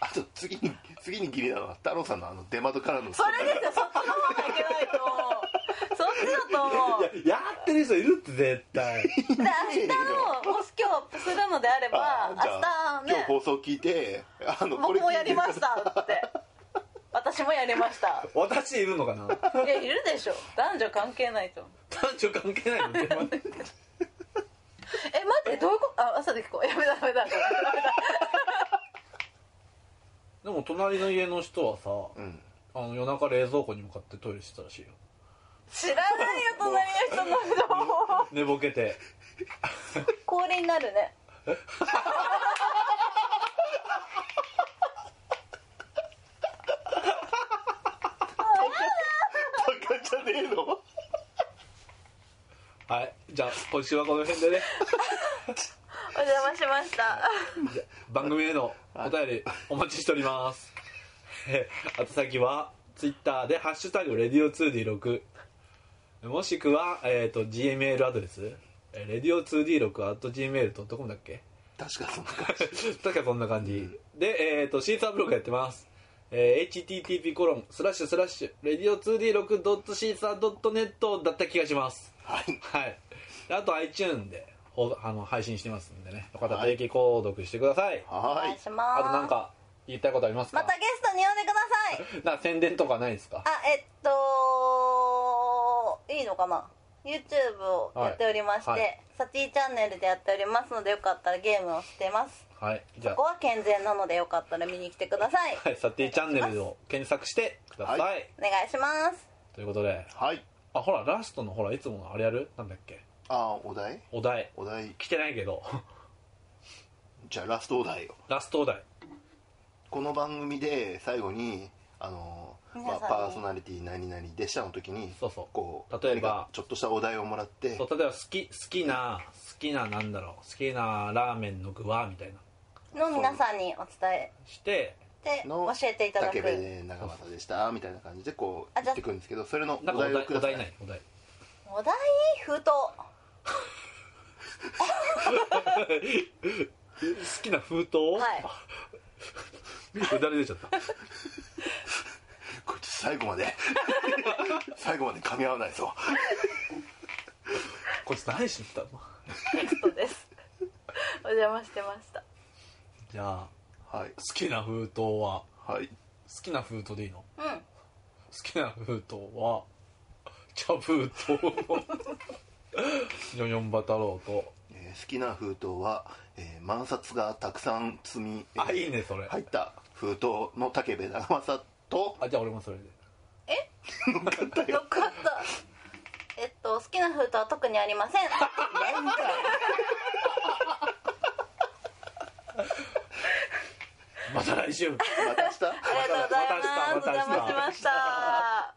Speaker 3: あと次に次にギリなのは太郎さんのあの出窓からの
Speaker 2: それですよそこの方がいけないと思う [LAUGHS] そっちだと思う
Speaker 1: いややってる人いるって絶対
Speaker 2: で明日をもし今日アップするのであれば
Speaker 3: あじゃあ
Speaker 2: 明日
Speaker 3: 今日放
Speaker 2: ね
Speaker 3: 送聞いてあのこ
Speaker 2: 僕
Speaker 3: れ聞い
Speaker 2: も
Speaker 3: て
Speaker 2: やりました [LAUGHS] って私もやりました
Speaker 1: [LAUGHS] 私いるのかない
Speaker 2: やいるでしょ男女関係ないと思う
Speaker 1: 男女関係ないの電話で
Speaker 2: え待ってどういうことあ朝で聞こう [LAUGHS] やめだめだめだ
Speaker 1: でも隣の家の人はさ
Speaker 3: [LAUGHS] うん
Speaker 1: あの夜中冷蔵庫に向かってトイレしてたらしいよ
Speaker 2: 知らないよ隣の人の情報
Speaker 1: 寝ぼけて
Speaker 2: 氷になるね
Speaker 3: バカじゃねえの
Speaker 1: はいじゃあ今週はこの辺でね
Speaker 2: お邪魔しました
Speaker 1: 番組へのお便りお待ちしております。えー、あと先は、ツイッターで、ハッシュタグ、レディオ 2D6。もしくは、えっ、と、Gmail アドレス。えー、radio2d6.gmail.com だっけ [LAUGHS]
Speaker 3: 確かそんな感じ
Speaker 1: 確かそんな感じ。で、えっ、と、シーサーブログやってます。えー、http コロン、スラッシュスラッシュ、radio2d6.caesar.net だった気がします。
Speaker 3: はい
Speaker 1: はい。であと iTune で、ほあの、配信してますんでね。よかったら定期購読してください
Speaker 2: お
Speaker 3: は
Speaker 2: 願い
Speaker 3: い
Speaker 2: します
Speaker 1: あとなんか言いたいことありますか
Speaker 2: またゲストに呼んでください
Speaker 1: なんか宣伝とかないですか
Speaker 2: あえっといいのかな YouTube をやっておりまして、
Speaker 1: はいはい
Speaker 2: サティチャンネルでやっておりますのでよかったらゲームをしてます
Speaker 1: はいじ
Speaker 2: そ
Speaker 1: ゃ
Speaker 2: こは健全なのでよかったら見に来てください
Speaker 1: あ、はい、サティチャンネルを検索してください、
Speaker 3: は
Speaker 2: お願いします
Speaker 1: ということで
Speaker 3: はい
Speaker 1: あほらラストのほらいつものあれやるなんだっけ
Speaker 3: あーお題
Speaker 1: お題
Speaker 3: お題
Speaker 1: 来てないけど [LAUGHS]
Speaker 3: じゃあラストお題を
Speaker 1: ラストお題
Speaker 3: この番組で最後にあの、ま
Speaker 2: 皆
Speaker 3: あ、
Speaker 2: さんに
Speaker 3: パーソナリティ何々でしたの時に
Speaker 1: そうそう
Speaker 3: こう
Speaker 1: 例えば
Speaker 3: ちょっとしたお題をもらって
Speaker 1: そう例えば好き好きな好きななんだろう好きなラーメンの具はみたいな
Speaker 2: の皆さんにお伝え
Speaker 1: して
Speaker 2: して教
Speaker 3: の
Speaker 2: えていただく
Speaker 3: 竹部長政でしたみたいな感じでこう
Speaker 2: あじゃ
Speaker 3: 言
Speaker 2: あ
Speaker 3: ってくるんですけどそれのお
Speaker 1: なんかお
Speaker 3: 題
Speaker 1: 題
Speaker 3: をく
Speaker 1: お
Speaker 3: ださ
Speaker 1: 題
Speaker 3: い
Speaker 1: ないお題
Speaker 2: お題封筒
Speaker 1: 好きな封筒 [LAUGHS]
Speaker 2: はい
Speaker 1: い誰出ちゃった
Speaker 3: こいつ最後まで [LAUGHS] 最後まで噛み合わないぞ
Speaker 1: こいつ何しに来たの
Speaker 2: ゲストですお邪魔してました
Speaker 1: じゃあ
Speaker 3: はい
Speaker 1: 好きな封筒は
Speaker 3: はい
Speaker 1: 好きな封筒でいいの
Speaker 2: うん
Speaker 1: 好きな封筒は茶封筒 [LAUGHS] のヨヨンバ太郎と
Speaker 3: えー好きな封筒は、えー、万札がたくさん積み、えー
Speaker 1: あいいねそれ、
Speaker 3: 入った封筒の竹部長政と
Speaker 1: あじゃあ俺もそれで
Speaker 2: よかったえっと好きな封筒は特にありま [LAUGHS] せん
Speaker 1: また来週
Speaker 3: また明
Speaker 2: あ
Speaker 3: 日
Speaker 2: りがとうございます
Speaker 1: ま
Speaker 2: お
Speaker 1: た明日また明日
Speaker 2: 邪魔しました